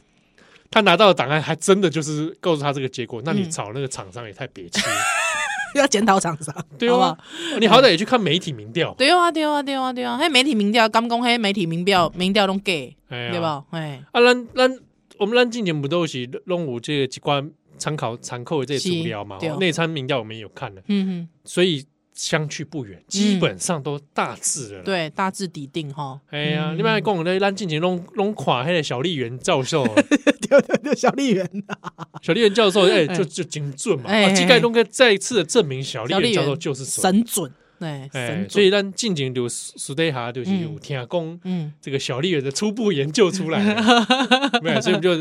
S2: 他拿到的档案还真的就是告诉他这个结果，那你
S3: 嗯
S2: 找那个厂商也太憋气了。
S3: 要检讨厂商，
S2: 对
S3: 好不
S2: 啊
S3: 好？，
S2: 你好歹也去看媒体民调，
S3: 对啊，对啊，对啊，对啊！嘿，媒体民调，刚讲嘿，媒体民调，民调拢假，
S2: 哎呀
S3: 对？吧？哎，
S2: 啊，咱咱我们咱今年不都是弄有这个几关参考参考的这些
S3: 是
S2: 资料嘛？
S3: 对哦
S2: 哦内参民调我们也有看的，
S3: 嗯
S2: 所以相去不远，基本上都大致了。
S3: 哼，。嗯对，大致底定哈。
S2: 哎啊呀，
S3: 嗯
S2: 你别讲那咱今年弄弄垮那个小丽媛教授，啊
S3: 对对对，小丽媛
S2: 小丽媛教授哎，
S3: 哎
S2: 就就精准嘛，
S3: 哎
S2: 啊，膝盖弄个再一次的证明小丽
S3: 小丽
S2: 媛教
S3: 媛
S2: 授就是神
S3: 神准，对，
S2: 哎
S3: 神，
S2: 所以
S3: 准。
S2: 咱近景就私底下就是有听讲
S3: 嗯，
S2: 这个小丽人的初步研究出来了， 没有，所以我们就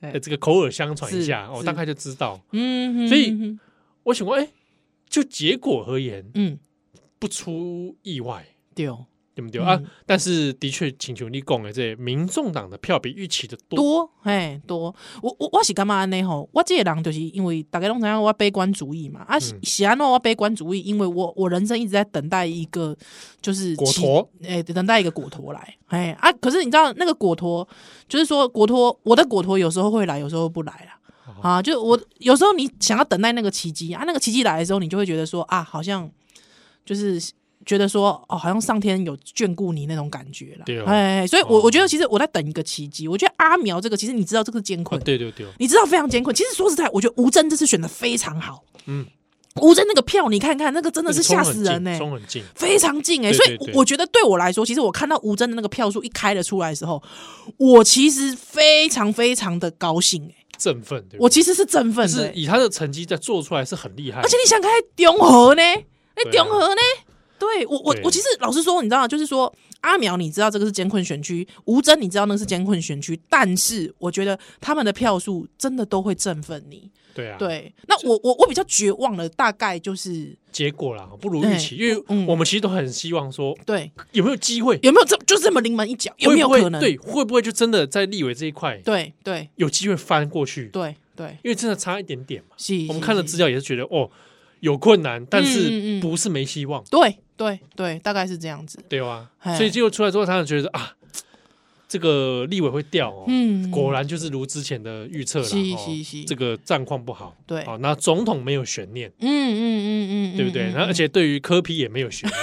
S3: 哎
S2: 呃这个口耳相传一下，
S3: 是
S2: 我
S3: 是
S2: 大概就知道。
S3: 嗯哼，
S2: 所以
S3: 嗯哼
S2: 我想问，哎，就结果而言，
S3: 嗯，
S2: 不出意外，
S3: 对哦，
S2: 对不对
S3: 嗯
S2: 啊？但是的确，请求你讲的这民众党的票比预期的多，
S3: 多，嘿，多。我我我是干嘛安尼吼？我这个人就是因为大家拢知影我悲观主义嘛，啊，是
S2: 嗯
S3: 是安怎我悲观主义，因为我我人生一直在等待一个就是
S2: 果
S3: 奇
S2: 陀，
S3: 哎、等待一个果陀来，哎啊，可是你知道那个果陀，就是说果陀，我的果陀有时候会来，有时候不来啦。
S2: 哦
S3: 啊，就我有时候你想要等待那个奇迹啊，那个奇迹来的时候，你就会觉得说啊，好像就是觉得说哦，好像上天有眷顾你那种感觉了。
S2: 对哦
S3: 哎，所以我
S2: 哦
S3: 我觉得其实我在等一个奇迹。我觉得阿苗这个其实你知道这个是艰
S2: 啊
S3: 困，
S2: 对对对，
S3: 你知道非常艰困。其实说实在，我觉得吴真这次选的非常好。
S2: 嗯，
S3: 吴真那个票你看看，那个真的
S2: 那
S3: 是
S2: 个冲
S3: 吓
S2: 很
S3: 死
S2: 近
S3: 人呢、欸
S2: 冲很近，
S3: 非常近哎、
S2: 对
S3: 所
S2: 对
S3: 以
S2: 对
S3: 我觉得对我来说，其实我看到吴真的那个票数一开了出来的时候，我其实非常非常的高兴哎、
S2: 振奋，对不
S3: 我
S2: 对？
S3: 其实是振奋的、
S2: 是
S3: 欸，
S2: 以他的成绩在做出来是很厉害的，
S3: 而且你想看中和呢，那
S2: 对啊
S3: 中和呢，对我我
S2: 对
S3: 我其实老实说，你知道吗，就是说阿苗，你知道这个是监困选区，吴征你知道那是监困选区，但是我觉得他们的票数真的都会振奋你。
S2: 对啊，，
S3: 对，那我我我比较绝望的大概就是
S2: 结果啦不如预期，因
S3: 不嗯
S2: 为我们其实都很希望说
S3: 对，
S2: 有没有机会，
S3: 有没有这就这么临门一脚，有没有
S2: 会不会
S3: 可能？
S2: 对，会不会就真的在立委这一块
S3: 对对
S2: 有机会翻过去？
S3: 对对，
S2: 因为真的差一点点嘛。
S3: 是
S2: 我们看了
S3: 是
S2: 资料也是觉得哦，有困难，但
S3: 嗯嗯
S2: 是不是没希望，
S3: 对对对，大概是这样子。
S2: 对吧
S3: 嘿？
S2: 所以结果出来之后，他们觉得啊，这个立委会掉哦。
S3: 嗯，
S2: 果然就是如之前的预测了，
S3: 是
S2: 哦
S3: 是是
S2: 这个战况不好，
S3: 对
S2: 好，那总统没有悬念，
S3: 嗯嗯嗯嗯，嗯
S2: 对不对？
S3: 嗯
S2: 然后而且对于科批也没有悬 念，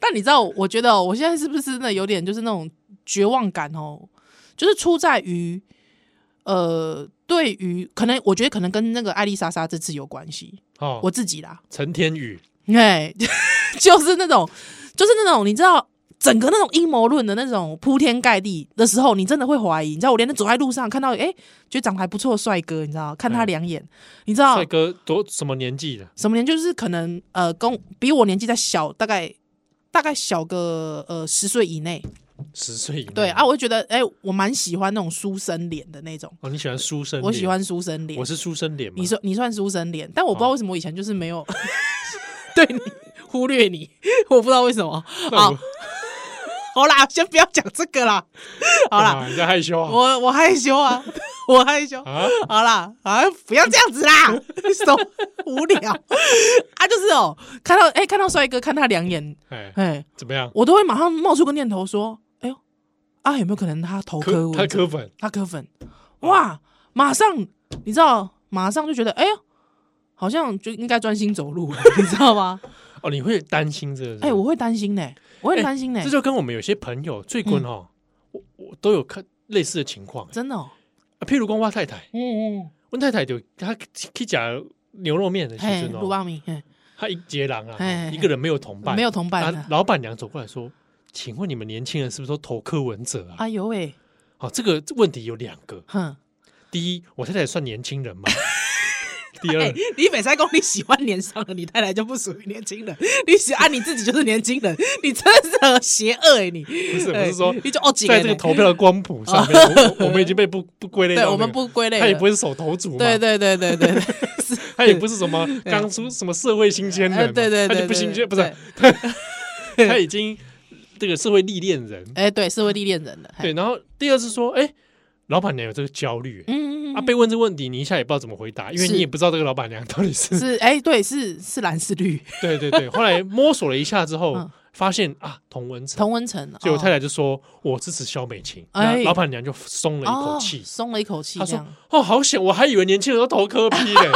S3: 但你知道，我觉得哦我现在是不是真的有点就是那种绝望感哦？就是出在于，呃，对于可能我觉得可能跟那个艾丽莎莎这次有关系，
S2: 哦，
S3: 我自己啦，
S2: 陈天宇，
S3: 哎， 就是那种，就是那种，你知道。整个那种阴谋论的那种铺天盖地的时候，你真的会怀疑。你知道，我连走在路上看到，哎、觉得长得还不错的帅哥，你知道，看他
S2: 哎
S3: 两眼，你知道
S2: 帅，哥多什么年纪的？
S3: 什么年纪就是可能呃，跟比我年纪再小，大概大概小个呃十岁以内，
S2: 十岁以内
S3: 对啊，，我就觉得哎、我蛮喜欢那种书生脸的那种，
S2: 哦，你喜欢书生？
S3: 我喜，欢书生脸
S2: 我。是哦书生脸嘛？
S3: 你说你算书生脸，但我不知道为什么我以前就是没 有、对你忽略你，我不知道为什么。
S2: 那
S3: 好
S2: 我，
S3: 好啦，先不要讲这个啦。好啦，
S2: 干嘛，你在害羞啊？
S3: 我我害羞 啊，我害羞。
S2: 啊，
S3: 好啦，啊，不要这样子 啦，手无聊啊，就是哦，看到哎、看到帅哥，看他两眼，
S2: 哎，
S3: 哎、
S2: 怎么样？
S3: 我都会马上冒出个念头说，哎呦，啊，有没有可能他投
S2: 科
S3: 科
S2: 他
S3: 文
S2: 科粉，
S3: 他磕粉，哇，马上你知道，马上就觉得，哎呦，好像就应该专心走路， 你知道吗？
S2: 哦，你会担心这个？
S3: 哎、我会担心呢、我会
S2: 嗯
S3: 嗯
S2: 哎
S3: 担心呢、
S2: 这就跟我们有些朋友最近哦，我我都有看类似的情况，
S3: 真的、哦，
S2: 啊譬如讲我太太，
S3: 嗯嗯，
S2: 我太太就她去吃牛肉面的时
S3: 嘿，
S2: 阵
S3: 鲁
S2: 哦，
S3: 邦米，嘿
S2: 她一截狼
S3: 嘿嘿
S2: 啊，
S3: 嘿
S2: 一个人没有同伴，
S3: 没有同伴的
S2: 啊老板娘走过来说：“请问你们年轻人是不是都投柯文哲啊
S3: 哎呦喂、？”
S2: 好，这个问题有两个，
S3: 哼，
S2: 第一，我太太算年轻人 吗？第
S3: 哎、
S2: 二，
S3: 你北塞公你喜欢年上的，你太太就不属于年轻人，你喜欢你自己就是年轻人，你真是很邪恶 哎、你不
S2: 不是我是说
S3: 你就哦，
S2: 在这个投票的光谱上 面，我我我们已经被不不归类到
S3: 对
S2: 那个，
S3: 我们不归类，
S2: 他也不，是手头族嘛，
S3: 对对对对对 对，是
S2: 他也不是什么刚出什么社会新鲜人
S3: 哎
S2: 嘛，
S3: 对对对
S2: 他就不新
S3: 对
S2: 鲜，不是，他已经这个社会历练人，
S3: 哎、对，是会历练人的，嘿
S2: 对。然后第二是说，哎，老板娘有这个焦虑欸，
S3: 嗯，嗯嗯
S2: 啊，被问这个问题，你一下也不知道怎么回答，因为
S3: 是
S2: 你也不知道这个老板娘到底 是，
S3: 是哎、对，是是蓝是绿，
S2: 对对对。后来摸索了一下之
S3: 嗯
S2: 后，发现啊， 同文层
S3: 同，温层。
S2: 所以我太
S3: 太
S2: 太就说我支持萧美琴，
S3: 哎
S2: 那老板娘就松了一口气
S3: 哦、，松了一口气，
S2: 她
S3: 这
S2: 说
S3: 样
S2: 哦，好险，我还以为年轻人都投科批嘞，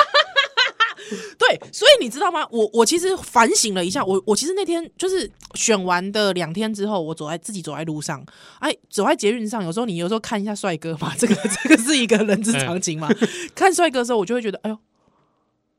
S3: 对。所以你知道吗？我我其实反省了一下，我我其实那天就是选完的两天之后，我走在自己走在路上，哎，走在捷运上，有时候你有时候看一下帅哥嘛，这 个这个是一个人之常情嘛。
S2: 哎
S3: 看帅哥的时候，我就会觉得，哎呦，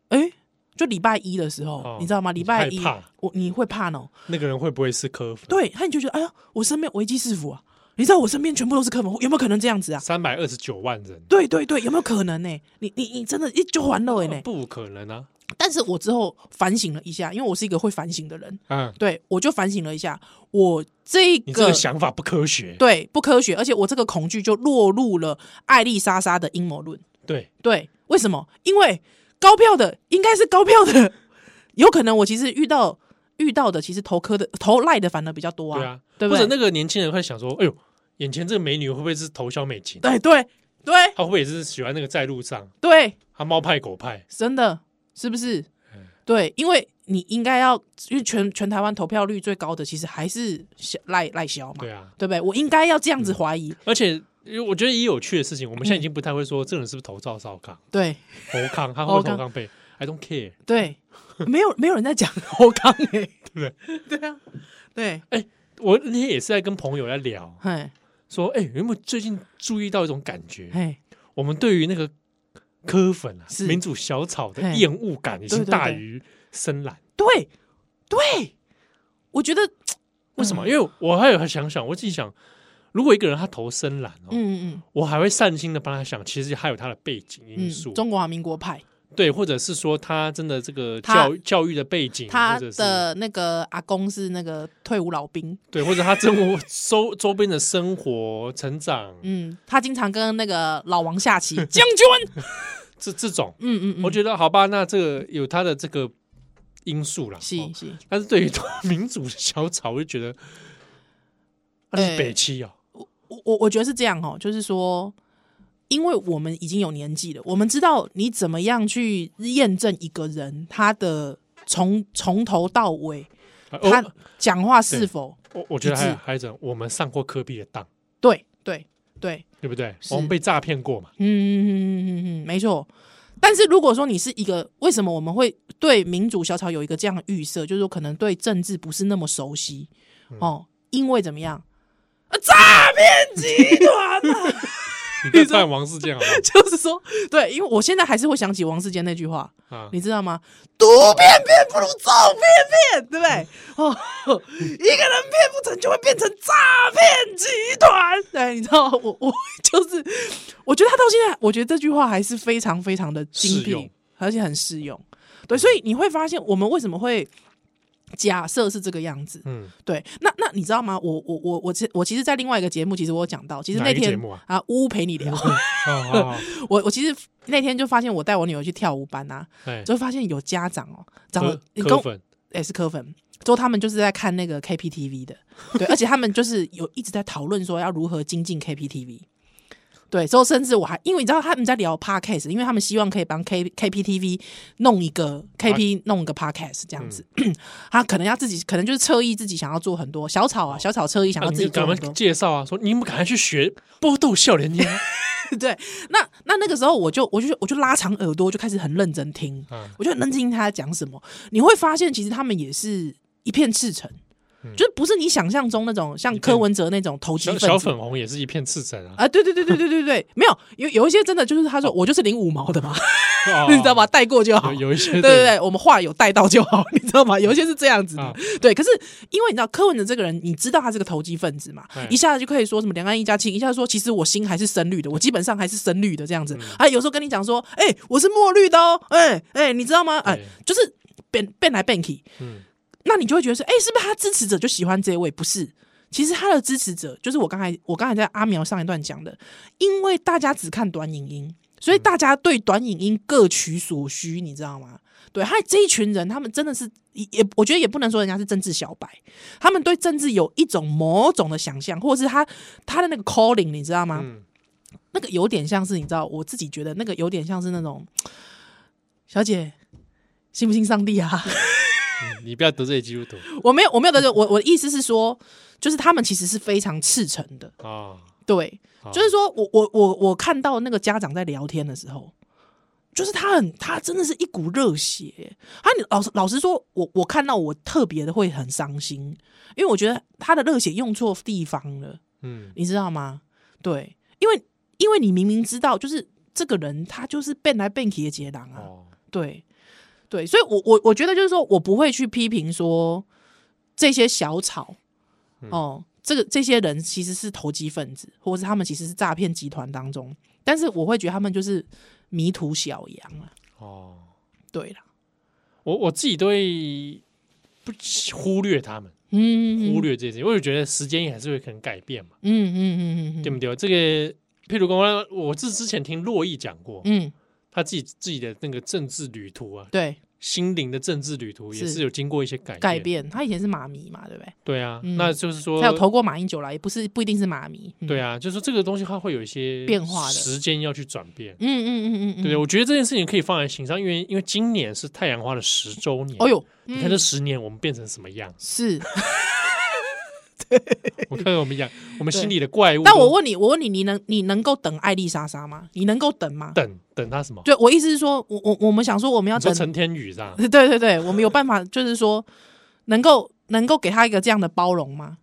S3: 哎。就礼拜一的时候，
S2: 哦
S3: 你知道吗？礼拜
S2: 你
S3: 一
S2: 害怕，
S3: 我你会怕呢？
S2: 那个人会不会是科粉？
S3: 对，他你就觉得，哎呀，我身边危机四伏啊！你知道我身边全部都是客粉，有没有可能这样子啊？
S2: 三百二十九万人，
S3: 对对对，有没有可能呢、你你你真的一就还了欸呢、
S2: 不可能啊！
S3: 但是我之后反省了一下，因为我是一个会反省的人，
S2: 嗯，
S3: 对我就反省了一下，我这
S2: 你
S3: 个
S2: 这个想法不科学。
S3: 对不科学，而且我这个恐惧就落入了艾丽莎莎的阴谋论。
S2: 对，
S3: 对，为什么？因为高票的应该是高票的，有可能我其实遇到遇到的其实投科的投赖的反而比较多
S2: 对
S3: 啊
S2: 啊，，
S3: 对不
S2: 或
S3: 对
S2: 者？那个年轻人会想说：“哎呦，眼前这个美女会不会是头小美琴？
S3: 对哎对对
S2: 她会不会也是喜欢那个在路上，
S3: 对，
S2: 她猫派狗派
S3: 真的是不是？
S2: 嗯
S3: 对，因为你应该要，因为全全台湾投票率最高的，其实还是小赖赖萧？”嘛，
S2: 对啊，嗯
S3: 对不对？我应该要这样子怀疑，
S2: 而且因为我觉得也有趣的事情，我们现在已经不太会说这个人是不是头赵少康、
S3: 对
S2: 侯康，他
S3: 侯
S2: 会
S3: 嗯
S2: 头
S3: 康
S2: 康被 I don't care。
S3: 对，没有 没有人在讲侯康诶、
S2: 对
S3: 对啊，对，
S2: 我那天也是在跟朋友在聊，
S3: 嘿，
S2: 说：“哎，有没有最近注意到一种感觉？
S3: 嘿，
S2: 我们对于那个科粉啊
S3: 是、
S2: 民主小草的
S3: 嘿
S2: 厌恶感已
S3: 对
S2: 经
S3: 对
S2: 大
S3: 对
S2: 于深蓝。”
S3: 对对，我觉得，
S2: 为
S3: 嗯
S2: 什么？因为我还有想想，我自己想，如果一个人他投深蓝哦，
S3: 嗯嗯
S2: 我还会善心的帮他想，其实还有他的背景因
S3: 嗯
S2: 素，
S3: 嗯，中华民国派，
S2: 对，或者是说他真的这个
S3: 他
S2: 教教育的背景，
S3: 他
S2: 或者是
S3: 的那个阿公是那个退伍老兵，
S2: 对，或者他生活周 周边的生活成长，
S3: 嗯，他经常跟那个老王下棋，将 军，
S2: 这这种，
S3: 嗯嗯嗯，
S2: 我觉得好吧，那这个有他的这个因素啦。
S3: 是
S2: 哦
S3: 是，
S2: 但是对于多民主的小草，我就觉得，啊、你
S3: 哎
S2: 北七哦，
S3: 我我我觉得是这样哦，就是说，因为我们已经有年纪了，我们知道你怎么样去验证一个人他的从从头到尾
S2: 啊哦
S3: 他讲话是否
S2: 我我觉得
S3: 一
S2: 还
S3: 致
S2: 有还有一种，我们上过科比的当，
S3: 对对对，
S2: 对不对？
S3: 是
S2: 我们被诈骗过嘛？
S3: 嗯嗯嗯嗯嗯，没错。但是如果说你是一个，为什么我们会对民主小草有一个这样的预设，就是说可能对政治不是那么熟悉哦，因为怎么样？啊诈骗集团啊！
S2: 你不要赞王世坚好不
S3: 就是说，对，因为我现在还是会想起王世坚那句话，
S2: 好？啊，
S3: 你知道吗？读片片不如照片片，对不对？哦，一个人骗不成就会变成诈骗集团。对，你知道我我就是，我觉得他到现在，我觉得这句话还是非常非常的精
S2: 适用
S3: 辟，而且很适用。对，所以你会发现，我们为什么会假设是这个样子？
S2: 嗯，
S3: 对，那那你知道吗？我我我我其我其实，在另外一个节目，其实我有讲到，其实
S2: 哪
S3: 那
S2: 一个节
S3: 天
S2: 目啊
S3: 呜呜陪你聊，
S2: 好好 好，
S3: 我我其实那天就发现，我带我女儿去跳舞班啊，
S2: 哎，
S3: 就发现有家长哦、长
S2: 科
S3: 得你跟
S2: 科
S3: 我
S2: 粉，
S3: 也是科粉，之后他们就是在看那个 KPTV 的，对，而且他们就是有一直在讨论说要如何精进 KPTV。对，之后甚至我还因为你知道他们在聊 podcast，因为他们希望可以帮 K KPTV 弄一个 KP 弄一个 podcast 这
S2: 嗯
S3: 样子， 他可能要自己，可能就是侧翼自己想要做很多小草啊，小草侧翼想
S2: 啊
S3: 要自己
S2: 你
S3: 做
S2: 赶快
S3: 很多，
S2: 介绍啊，说你们赶快去学波豆笑脸 烟
S3: 对，那那那个时候我就我就我就拉长耳朵，就开始很认真听，
S2: 啊
S3: 我就很认真听他在讲什么。你会发现，其实他们也是一片赤诚，
S2: 嗯
S3: 就是不是你想象中那种像柯文哲那种投机
S2: 小
S3: 分
S2: 嗯小
S3: 子
S2: 粉红也是一片赤诚啊，
S3: 啊，对对对对对对对，没有有有一些真的就是他说我就是领五毛的嘛，
S2: 哦
S3: 啊 你知道吧？？带过就好
S2: 有。有一些
S3: 对对对，我们话有带到就好，你知道吗？有 一些是这样子的，
S2: 啊
S3: 对。可是因为你知道柯文哲这个人，你知道他是个投机分子嘛
S2: 哎，
S3: 一下子就可以说什么两岸一家亲，一下子说其实我心还是深
S2: 嗯
S3: 绿的，我基本上还是深绿的这样子。啊，有时候跟你讲说，哎、我是墨绿的哦，哎、哎、你知道吗？哎、
S2: 对
S3: 就是变变来变去，
S2: 嗯
S3: 那你就会觉得说，哎、是不是他支持者就喜欢这位？不是。其实他的支持者就是我刚才我刚才在阿苗上一段讲的，因为大家只看短影音，所以大家对短影音各取所需，你知道吗？对，还有这一群人，他们真的是也，也我觉得也不能说人家是政治小白，他们对政治有一种某种的想象，或者是他他的那个 calling，你知道吗？
S2: 嗯，
S3: 那个有点像是你知道，我自己觉得那个有点像是那种小姐信不信上帝啊？
S2: 嗯你不要得罪基督徒
S3: 我没有，我没有得罪我，我的意思是说，就是他们其实是非常赤诚的，
S2: 啊，
S3: 对，
S2: 好
S3: 就是说我我我我看到那个家长在聊天的时候，就是他很他真的是一股热血。他你老实老实说，我我看到我特别的会很伤心，因为我觉得他的热血用错地方了，
S2: 嗯
S3: 你知道吗？对，因为因为你明明知道，就是这个人他就是变来变去的杰狼啊。
S2: 哦，
S3: 对对，所以我我我觉得就是说我不会去批评说这些小草
S2: 嗯
S3: 哦，这个这些人其实是投机分子，或者是他们其实是诈骗集团当中，但是我会觉得他们就是迷途小羊啊，
S2: 哦，
S3: 对啦，
S2: 我我自己都会不忽略他们，
S3: 嗯，
S2: 忽略这些，因为我觉得时间也还是会可能改变嘛，
S3: 嗯嗯嗯嗯
S2: 对
S3: 嗯
S2: 不对？这个，譬如说，我是之前听洛毅讲过，
S3: 嗯，
S2: 他自己自己的那个政治旅途啊，
S3: 对，
S2: 心灵的政治旅途也
S3: 是
S2: 是有经过一些改
S3: 改，变，他以前是马迷嘛，对不对？
S2: 对啊，
S3: 嗯
S2: 那就是说
S3: 他，有投过马英九啦，也不是不一定是马迷，嗯
S2: 对啊，就是说这个东西它会有一些
S3: 变化的
S2: 时间要去转变。
S3: 嗯嗯嗯嗯嗯，
S2: 对，我觉得这件事情可以放在心上，因为因为今年是太阳花的十周年。
S3: 哦呦，
S2: 你看这十年我们变成什么 样？
S3: 是，
S2: 我看看我们讲，我们
S3: 对
S2: 心里的怪物都。
S3: 但我问你，我问你，你能你能够等艾丽莎莎吗？你能够等吗？
S2: 等等他什么？
S3: 对，我意思是说，我我我们想说，我们要
S2: 你说
S3: 等，
S2: 陈天宇是吧？
S3: 对对对，我们有办法，就是说，能够能够给他一个这样的包容吗？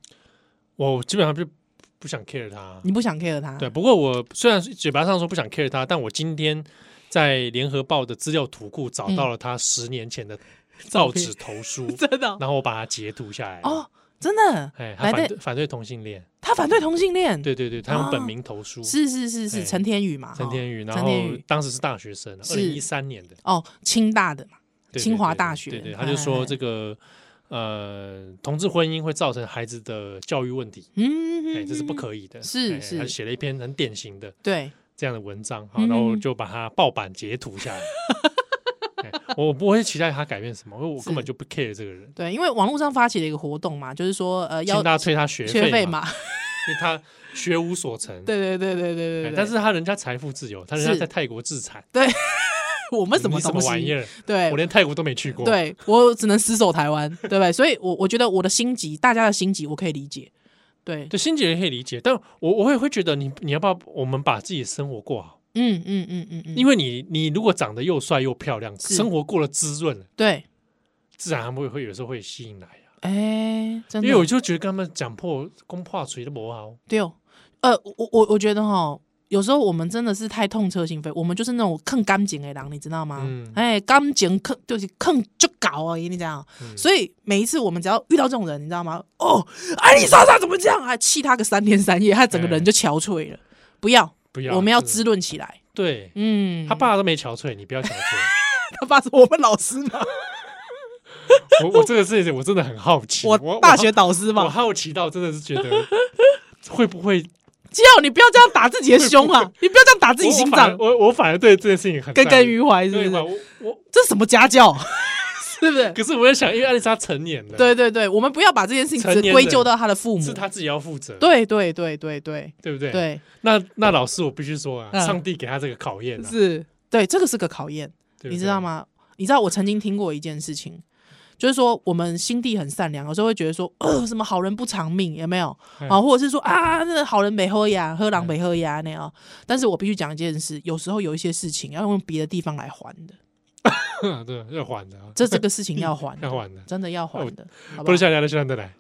S2: 我基本上就不想 care 他。
S3: 你不想 care 他，
S2: 对，不过我虽然嘴巴上说不想 care 他，但我今天在联合报的资料图库找到了他十年前的造纸投书，
S3: 嗯 真的哦
S2: 然后我把它截图下来。
S3: 哦，真的，
S2: 哎，他
S3: 来
S2: 反
S3: 的
S2: 对反对同性恋，
S3: 他反对同性恋，
S2: 对对对，他用本
S3: 啊
S2: 名投书，
S3: 是是是是
S2: 哎
S3: 陈天宇嘛，
S2: 陈
S3: 哦
S2: 天宇，然
S3: 陈
S2: 后
S3: 天宇
S2: 当时是大学生，啊
S3: 是
S2: 二零一三年的，
S3: 哦，清大的嘛，
S2: 对对
S3: 清华
S2: 对
S3: 大
S2: 对
S3: 学
S2: 对对，
S3: 哎
S2: 他就说这个呃，同志婚姻会造成孩子的教育问题，
S3: 嗯，
S2: 哎，这是不
S3: 嗯嗯
S2: 可以的，
S3: 是
S2: 哎
S3: 是
S2: 他写了一篇很典型的
S3: 嗯对，
S2: 这样的文章，好，
S3: 嗯
S2: 然后我就把它爆版截图下来。哎我不会期待他改变什么，因为我根本就不 care 这个人。
S3: 对，因为网络上发起了一个活动嘛，就是说呃
S2: 请
S3: 要
S2: 大家催他学
S3: 学
S2: 费
S3: 费，嘛，
S2: 因为他学无所成。
S3: 对对对对对
S2: 哎
S3: 对对，
S2: 但是他人家财富自由，他人家
S3: 是
S2: 在泰国自产，
S3: 我们什么
S2: 你什
S3: 东
S2: 么
S3: 西
S2: 玩意儿？
S3: 对
S2: 我，连泰国都没去过。，
S3: 对我只能死守台湾，对不对？所以我我觉得我的心急，大家的心急我可以理解，对，
S2: 对，心姐也可以理解，但我我会会觉得你你要不要我们把自己的生活过好？
S3: 嗯嗯嗯嗯嗯，
S2: 因为
S3: 为
S2: 你你如果长得又帅又漂亮，
S3: 是
S2: 生活过得滋润了，
S3: 对，
S2: 自然他们会会有时候会吸引来啊。
S3: 哎，真
S2: 因为
S3: 的，
S2: 我就觉得跟他们讲破攻破锤都不好，
S3: 对哦，呃，我我我觉得哈，有时候我们真的是太痛彻心扉，我们就是那种坑感情的人，你知道吗？
S2: 嗯
S3: 哎、感情坑就是坑就搞而已，你这样。
S2: 嗯
S3: 所以每一次我们只要遇到这种人，你知道吗？哦，哎，你莎莎怎么这样？还气他个三天三夜，他整个人就憔悴了。不要，
S2: 哎不要
S3: 我们要
S2: 真的
S3: 滋润起来。
S2: 对。
S3: 嗯，
S2: 他爸都没憔悴，你不要憔 悴。
S3: 他爸是我们老师嘛，
S2: 我我这个事情我真的很好奇，
S3: 我大学导师
S2: 我
S3: 嘛。
S2: 好奇到真的是觉 得会不会
S3: 基友，你不要这样打自己的胸 啊！你不要这样打自己
S2: 我
S3: 心
S2: 我反而
S3: 脏，
S2: 我我反而对这件事情很
S3: 耿耿
S2: 在意
S3: 于怀，是不
S2: 对
S3: 是
S2: 吧？？我我
S3: 这什么 家教？是不是？
S2: 可是我在想，因为艾丽莎成年了，，
S3: 对对对，我们不要把这件事情
S2: 成
S3: 只
S2: 年人
S3: 归咎到他的父母。
S2: 是她自己要负责，
S3: 对对对对对
S2: 对不对？。
S3: 对，
S2: 那那老师，我必须说啊，
S3: 嗯
S2: 上帝给他这个考验啊，
S3: 是，对，这个是个考验，
S2: 对不对
S3: 你知道？吗？你知道我曾经听过一件事情，就是说我们心地很善良，有时候会觉得说，呃，什么好人不长命，有没有？
S2: 嗯
S3: 啊，或者是说啊，那好人没喝呀，喝狼没喝呀那样哦。但是我必须讲一件事，有时候有一些事情要用别的地方来还 的，
S2: 对，要还的啊，
S3: 这这个事情要还的，
S2: 要还的
S3: 真的要还 的，好不
S2: 不
S3: 好
S2: 是？下来的，下来来。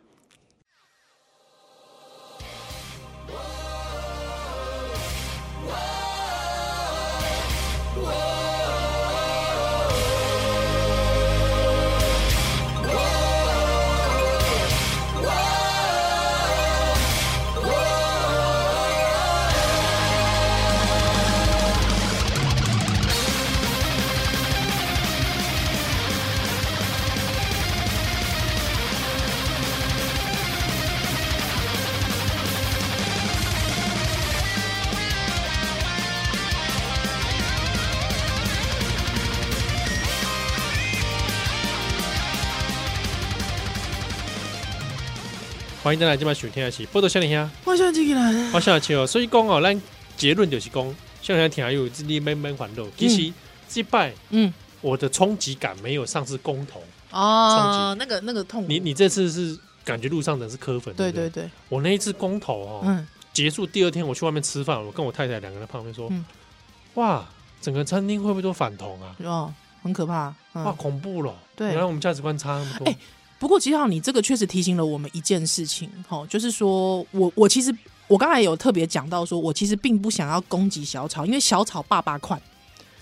S2: 欢迎大家今晚收听的是《波多少年兄》，
S3: 我想这个人，
S2: 我是小七哦。所以讲哦，咱结论就是讲，少年听有自己慢慢还路。其实击败
S3: 嗯，
S2: 我的冲击感没有上次公投，
S3: 哦，那个那个痛苦，
S2: 你你这次是感觉路上的是磕粉，
S3: 对
S2: 不
S3: 对对，
S2: 我那一次公投哦，
S3: 嗯，
S2: 结束第二天，我去外面吃饭，我跟我太太两个人在旁边说：“
S3: 嗯
S2: 哇，整个餐厅会不会都反同啊？
S3: 哦，很可怕。嗯、
S2: 哇，恐怖了！
S3: 对
S2: 原来我们价值观差那么多。
S3: 哎不过吉浩，你这个确实提醒了我们一件事情，哈，就是说我我其实我刚才有特别讲到说，我其实并不想要攻击小草，因为小草爸爸款，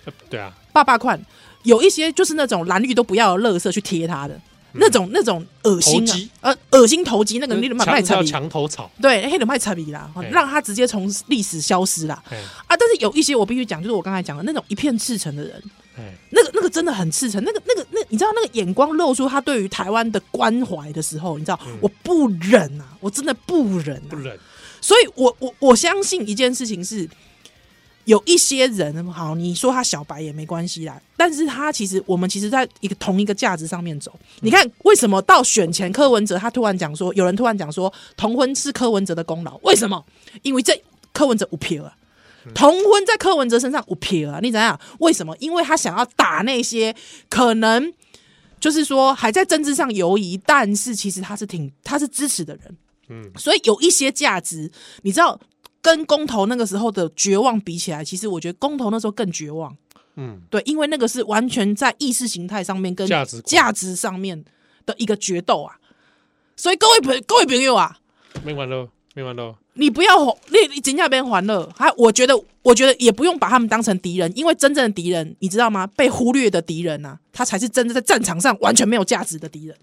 S2: 呃对啊，
S3: 爸爸款有一些就是那种蓝绿都不要的垃圾去贴他的。
S2: 嗯
S3: 那种那种恶心
S2: 投
S3: 啊
S2: 机，
S3: 呃，恶心投机那个，你得
S2: 墙
S3: 卖卖
S2: 叫
S3: 扯皮，
S2: 墙头草。
S3: 对，黑的卖扯皮啦，哦
S2: 哎
S3: 让他直接从历史消失啦
S2: 哎
S3: 啊！但是有一些我必须讲，就是我刚才讲的那种一片赤诚的人，
S2: 哎，
S3: 那个那个真的很赤诚，那个那个那你知道那个眼光露出他对于台湾的关怀的时候，你知道、我不忍啊，我真的不忍、
S2: 不
S3: 啊，
S2: 冷，
S3: 所以我我我相信一件事情是，有一些人好，你说他小白也没关系啦，但是他其实我们其实在一个同一个价值上面走，你看为什么到选前柯文哲他突然讲说，有人突然讲说同婚是柯文哲的功劳，为什么？因为这柯文哲无撇啊。同婚在柯文哲身上有撇啊，你怎样？为什么？因为他想要打那些可能就是说还在政治上犹疑，但是其实他是挺他是支持的人，嗯，所以有一些价值，你知道。跟公投那个时候的绝望比起来，其实我觉得公投那时候更绝望。
S2: 嗯，
S3: 对，因为那个是完全在意识形态上面跟
S2: 价值观
S3: 价值上面的一个决斗啊。所以各位朋各位朋友啊，
S2: 没完喽，没完喽。
S3: 你不要吼你你真价边还了，还我觉得，我觉得也不用把他们当成敌人，因为真正的敌人，你知道吗？被忽略的敌人啊，他才是真的在战场上完全没有价值的敌人。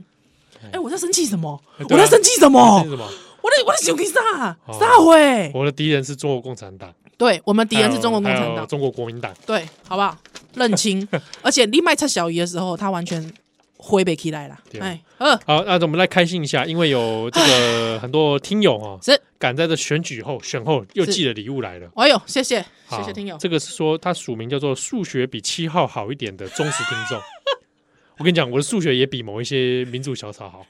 S3: 哎、我在生气什么？
S2: 哎
S3: 我
S2: 对啊
S3: 在生气什么？
S2: 是什么？
S3: 我在我在生气啥？
S2: 哦
S3: 撒会？
S2: 我的敌人是中国共产党，
S3: 对我们敌人是中国共
S2: 还
S3: 产
S2: 有还
S3: 党
S2: 有，中国国民党。
S3: 对，好不好？认清。而且你卖菜小姨的时候，他完全挥不起来了。
S2: 对啊
S3: 哎，呃，
S2: 好，那我们来开心一下，因为有这个很多听友啊，
S3: 哎是
S2: 赶在这选举后选后又
S3: 是
S2: 寄了礼物来了。
S3: 哎呦，谢谢，
S2: 好
S3: 谢谢听友。
S2: 这个是说他署名叫做数学比七号好一点的忠实听 众。我跟你讲，我的数学也比某一些民主小草 好，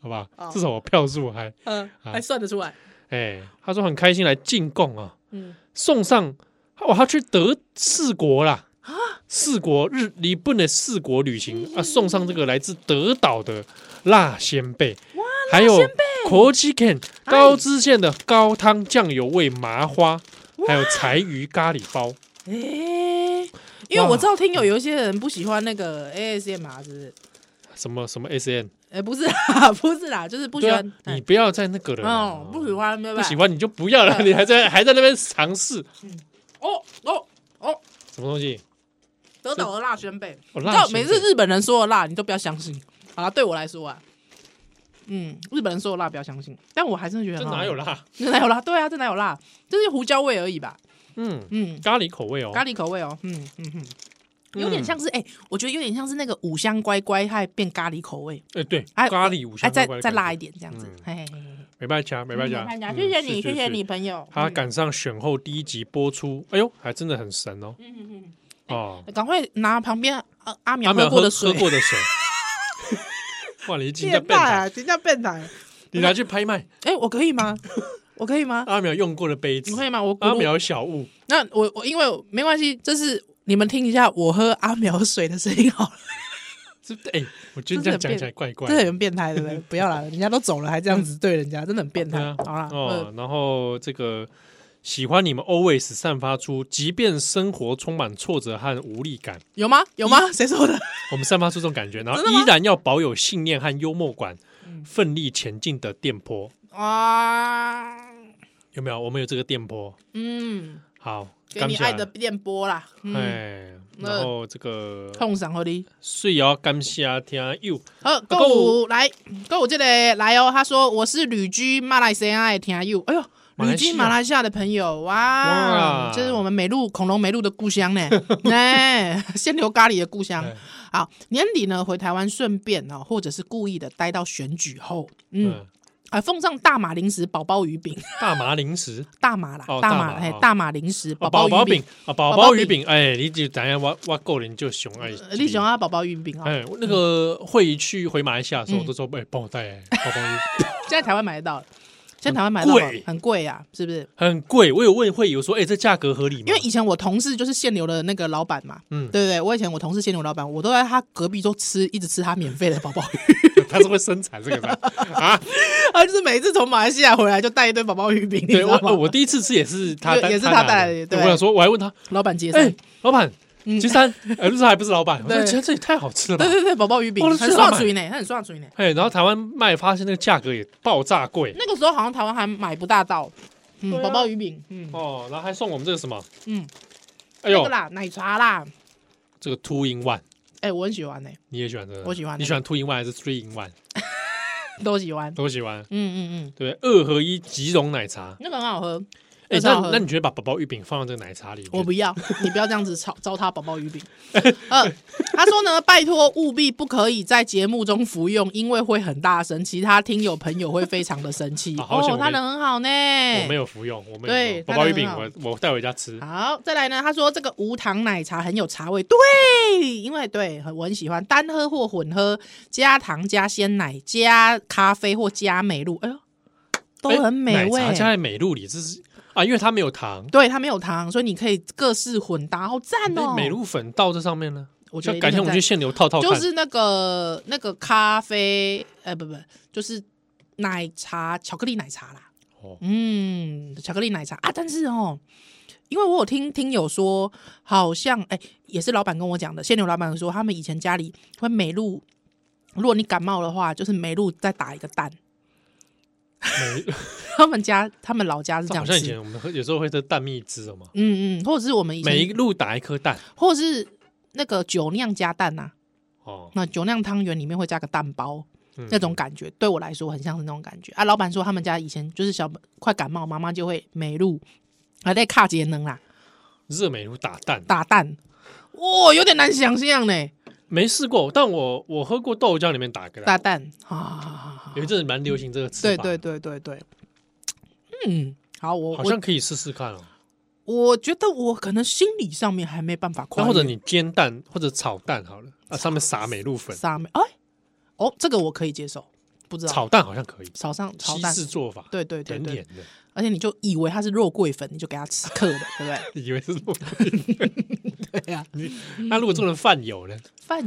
S2: 好吧？至少我票数还
S3: 嗯，
S2: 啊
S3: 还算得出来。
S2: 哎、他说很开心来进贡啊，
S3: 嗯
S2: 送上哇，他去德四国啦啊，四国日离不能四国旅
S3: 嗯
S2: 行啊，送上这个来自德岛的辣鲜贝，还有 Kochi Ken
S3: 哎
S2: 高知县的高汤酱油味麻花，还有柴鱼咖喱包，
S3: 哎、因为我
S2: 哇
S3: 知道听友有一些人不喜欢那个 ASMR，是不是？
S2: 什么什么 S N，
S3: 哎、不是啦， 不是啦，就是不喜
S2: 对啊
S3: 欢。，
S2: 你
S3: 哎
S2: 不要再那个了啦，
S3: 哦，不喜欢，对吧？嗯
S2: 不喜欢你就不要了，你还在还在那边尝试
S3: 哦哦哦，
S2: 什么东西？
S3: 德岛的辣宣贝，
S2: 哦，
S3: 你知
S2: 辣
S3: 道
S2: 鲜贝
S3: 每次日本人说的辣，你都不要相信。好啦，对我来说啊，嗯，日本人说的辣不要相信，但我还真的觉得
S2: 这
S3: 很好
S2: 哪有？辣？
S3: 这哪有辣？对啊，这哪有辣？这是胡椒味而已吧？
S2: 嗯。
S3: 嗯，
S2: 咖喱口味哦，
S3: 咖
S2: 喱
S3: 喱口味哦，嗯嗯嗯。有点像是哎、我觉得有点像是那个五香乖乖，它还变咖喱口味，
S2: 哎对，
S3: 哎
S2: 咖喱五香
S3: 哎，再
S2: 乖乖的
S3: 再
S2: 感
S3: 辣
S2: 觉
S3: 一，点这样子
S2: 嗯，
S3: 嘿嘿嘿嘿
S2: 没办法，没办法，
S3: 嗯
S2: 嗯
S3: 谢谢你，
S2: 是
S3: 谢
S2: 是
S3: 谢
S2: 是
S3: 你朋友，
S2: 他
S3: 嗯
S2: 赶上选后第一集播出，哎呦，还真的很神哦，嗯哦，
S3: 赶快拿旁边阿阿
S2: 阿
S3: 苗
S2: 苗
S3: 哎喝过的
S2: 喝
S3: 水，
S2: 过的水， 哇，你已经在
S3: 变
S2: 变态，
S3: 态，真的哎变态。
S2: 你拿去拍卖
S3: 哎，我可以吗？ 我可以吗？
S2: 阿苗用过的杯子
S3: 你，会吗？我
S2: 阿
S3: 我
S2: 苗小物，
S3: 那我我因为我没关系，这是你们听一下我喝阿苗水的声音好了，
S2: 这哎，我觉得这样
S3: 真的很
S2: 讲
S3: 变
S2: 起来怪怪
S3: 真的
S2: 的。
S3: 很变态，对 不对？不要啦，人家都走了还这样子对人家，真的很变态
S2: 对啊。
S3: 好啦，
S2: 哦
S3: 呃，
S2: 然后这个喜欢你们 always 散发出，即便生活充满挫折和无力感，
S3: 有吗？有
S2: 嗯
S3: 吗？谁说的？
S2: 我们散发出这种感觉，然后依然要保有信念和幽默感，
S3: 嗯
S2: 奋力前进的电波，
S3: 啊，
S2: 有没有？我们有这个电波，
S3: 嗯，
S2: 好，
S3: 给你
S2: 感谢啊
S3: 爱的电波啦，嗯，
S2: 哎，
S3: 那
S2: 然后这个
S3: 痛赏和你。
S2: 睡瑶感谢听友，
S3: 好，购物来，购物这个来哦。他说我是旅居马来西亚的听友，哎呦，
S2: 马来西亚
S3: 旅居马来西亚的朋友，哇，
S2: 哇
S3: 这是我们美露恐龙美露的故乡 呢，哎，鲜牛咖喱的故乡
S2: 哎。
S3: 好，年底呢回台湾，顺便哦，或者是故意的待到选举后，嗯，
S2: 嗯，
S3: 啊，奉上大马零食宝宝鱼饼，
S2: 大麻零食，
S3: 大马啦
S2: 哦，
S3: 大
S2: 大
S3: 马
S2: 马
S3: 嘿
S2: 哦，
S3: 大马零食
S2: 哦
S3: 宝
S2: 宝宝
S3: 宝鱼
S2: 饼
S3: 饼，
S2: 啊，宝
S3: 宝
S2: 宝
S3: 宝
S2: 鱼
S3: 饼
S2: 饼，哎，你就等一下挖挖够了，你就熊哎，
S3: 呃立雄啊，宝宝鱼饼哦，
S2: 哎，那个会议去回马来西亚的时
S3: 嗯
S2: 候，我都说哎，帮我带哎宝宝鱼，
S3: 现在台湾买得到了，现在台湾买得到了
S2: 很贵
S3: 很贵呀，是不是？
S2: 很贵，我有问会友说，哎，这价格合理吗？
S3: 因为以前我同事就是现流的那个老板嘛，
S2: 嗯
S3: 对不对？我以前我同事现流老板，我都在他隔壁都吃，一直吃他免费的宝宝鱼，
S2: 它是会生产这个的啊，
S3: 他就是每次从马来西亚回来就带一堆宝宝鱼饼，你
S2: 对
S3: 知
S2: 我
S3: 道
S2: 呃
S3: 吗？
S2: 我第一次吃也是他
S3: 也
S2: 带
S3: 也是他带来的对
S2: 我想说，我还问他，
S3: 老板接生，
S2: 哎，老板，其三， 哎，那时候还不是老板，我说
S3: 对
S2: 其实这也太好吃了吧
S3: 对。对对，宝宝鱼饼
S2: 我都
S3: 很
S2: 吃到
S3: 爽
S2: 买
S3: 嘴呢，它很爽嘴呢。
S2: 哎，然后台湾卖发现那个价格也爆炸贵
S3: 那个时候好像台湾还买不大到，嗯，
S2: 对啊
S3: 宝宝鱼饼，嗯
S2: 哦，然后还送我们这个什么，
S3: 嗯，
S2: 哎
S3: 那
S2: 呦
S3: 个，啦，奶茶啦，
S2: 这个 two in one，
S3: 哎，我很喜欢呢，
S2: 你也喜欢这个？
S3: 我喜欢那个嗯
S2: 你喜欢 two in one 还是 three in one？
S3: 都喜欢，
S2: 都喜欢。
S3: 嗯嗯嗯，
S2: 对，二合一即溶奶茶。
S3: 那个很好喝，
S2: 哎
S3: 那，超好
S2: 那
S3: 喝
S2: 那你觉得把宝宝玉饼放到这个奶茶里？
S3: 我不要，你不要这样子糟糟蹋宝宝鱼 饼。呃，他说呢，拜托务必不可以在节目中服用，因为会很大声，其他听友朋友会非常的生气。
S2: 啊好险
S3: 哦
S2: 我，没
S3: 他人很 好呢。
S2: 我没有服用，我没有
S3: 对
S2: 服用。宝宝玉饼
S3: 它很
S2: 我我带回家吃。
S3: 好，再来呢，他说这个无糖奶茶很有茶味，对，因为对很我很喜欢单喝或混喝，加糖加鲜奶加咖啡或加美露，哎呦，都
S2: 哎
S3: 很美味。
S2: 奶茶加在美露里，这是啊，因为它没有糖，
S3: 对，它没有糖，所以你可以各式混搭，好赞哦！
S2: 那哎美露粉倒这上面呢？
S3: 我
S2: 就
S3: 觉得一定
S2: 改天
S3: 很
S2: 我们
S3: 赞
S2: 去现流套套看。
S3: 就是那个那个咖啡，呃，不不，就是奶茶，巧克力奶茶啦。
S2: 哦
S3: 嗯，巧克力奶茶啊，但是哦，因为我有听听友说，好像哎、也是老板跟我讲的，现牛老板说，他们以前家里会美露，如果你感冒的话，就是美露再打一个蛋。
S2: 美
S3: 他们家他们老嗯家是这
S2: 好
S3: 样
S2: 像以
S3: 吃，
S2: 前我们喝有时候会喝蛋蜜汁的嘛，
S3: 嗯嗯，或者是我们以
S2: 每一
S3: 前，
S2: 路打一颗蛋。
S3: 或者是那个酒酿加蛋呐、啊
S2: 哦，
S3: 那酒酿汤圆里面会加个蛋包，
S2: 嗯
S3: 那种感觉对我来说很像是那种感觉啊。老板说他们家以前就是小快感冒，妈妈就会美露还在卡节能啦
S2: 热美如打蛋，
S3: 打蛋，哇、有点难想象呢，
S2: 没试过，但我我喝过豆浆里面打个
S3: 打
S2: 蛋，
S3: 蛋啊，
S2: 有一阵子蛮流行这个吃
S3: 对
S2: 法，
S3: 对对对对，嗯，好，我
S2: 好
S3: 我
S2: 像可以试试看哦。
S3: 我觉得我可能心理上面还没办法跨
S2: 那
S3: 越，
S2: 或者你煎蛋或者炒蛋好了，啊，上面撒美露粉，
S3: 撒面哎哦，这个我可以接受，不知道
S2: 炒蛋好像可以，
S3: 炒上炒
S2: 西
S3: 蛋，
S2: 式做法，
S3: 对对对
S2: 甜
S3: 对
S2: 甜，的，
S3: 而且你就以为它是肉桂粉，你就给它吃克了，对不对？
S2: 以为是肉桂。
S3: 对啊呀、
S2: 那如果做成饭友呢？
S3: 饭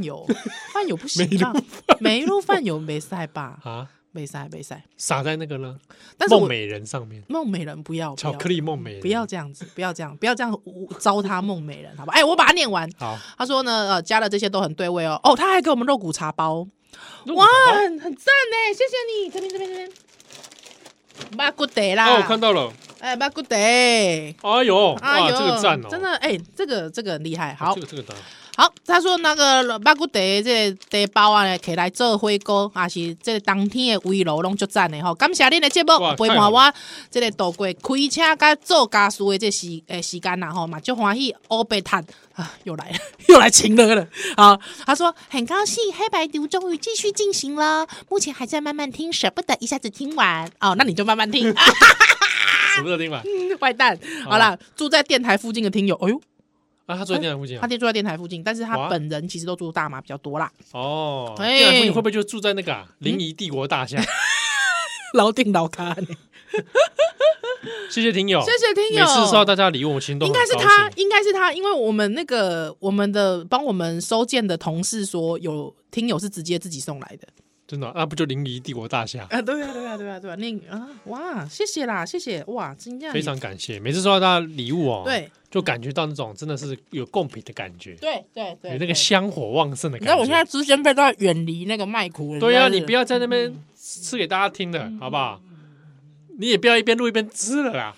S3: 友，饭友不行啊，每一路饭友没塞吧，
S2: 啊，
S3: 没塞没塞。
S2: 撒在那个呢
S3: 但是
S2: 梦
S3: 我
S2: 美人上面，
S3: 梦美人不要，不要
S2: 巧克力梦美人，
S3: 不要这样子，不要这样，不要这样污糟蹋梦美人，好吧？哎，我把它念完。
S2: 好，
S3: 他说呢，呃，加了这些都很对味哦。哦，他还给我们肉骨茶包，哇
S2: 哇，
S3: 很很赞呢，谢谢你。这边这边这边，巴古德啦，
S2: 啊，我看，到了，
S3: 哎，巴古德，哎
S2: 哎呦，哇，
S3: 呦，
S2: 这个赞哦，
S3: 真的，哎，这个这个很厉害，
S2: 啊，
S3: 好
S2: 这。个这个赞，
S3: 好，他说那个肉骨茶的这个茶包啊，摕来做火锅，也是这个当天的围炉拢足赞的吼。感谢恁的节目
S2: 哇
S3: 陪
S2: 太
S3: 伴
S2: 好了
S3: 我这个度过开车甲做家事的这时诶时间啦吼，嘛足欢喜，乌白叹啊，又来了， 又来情乐了。好，他说很高兴黑白读终于继续进行了，目前还在慢慢听，舍不得一下子听完哦，那你就慢 慢听，啊、
S2: 舍不得听吧？
S3: 坏蛋。好啦，住在电台附近的听友，哎呦，
S2: 啊，他昨天在附近
S3: 他
S2: 啊，
S3: 就住在电台附近，但是他
S2: 哇
S3: 本人其实都住大马比较多啦。
S2: 哦，
S3: 哎嗯
S2: 对啊，附近会不会就住在那个啊临沂帝国大厦？
S3: 老顶老咖呢，
S2: 谢谢听友，
S3: 谢谢听友
S2: 每次收到大家的礼物，我们心动，
S3: 应该是他，应该是他，因为我们那个我们的帮我们收件的同事说，有听友是直接自己送来的
S2: 真的啊，那不就临沂帝国大厦？
S3: 啊，对啊，对啊，对啊，对啊，那啊，哇，谢谢啦，谢谢，哇，真的
S2: 非常感谢，每次收到大家的礼物哦，
S3: 对，
S2: 就感觉到那种真的是有共鸣的感觉，
S3: 对对对，
S2: 有那个
S3: 对
S2: 香火旺盛的
S3: 你
S2: 感
S3: 知
S2: 觉。
S3: 道我现在资深辈都要远离那个麦苦了，
S2: 对
S3: 呀、
S2: 啊，你不要在那边吃给大家听的，好不好？你也不要一边录一边吃了 啦，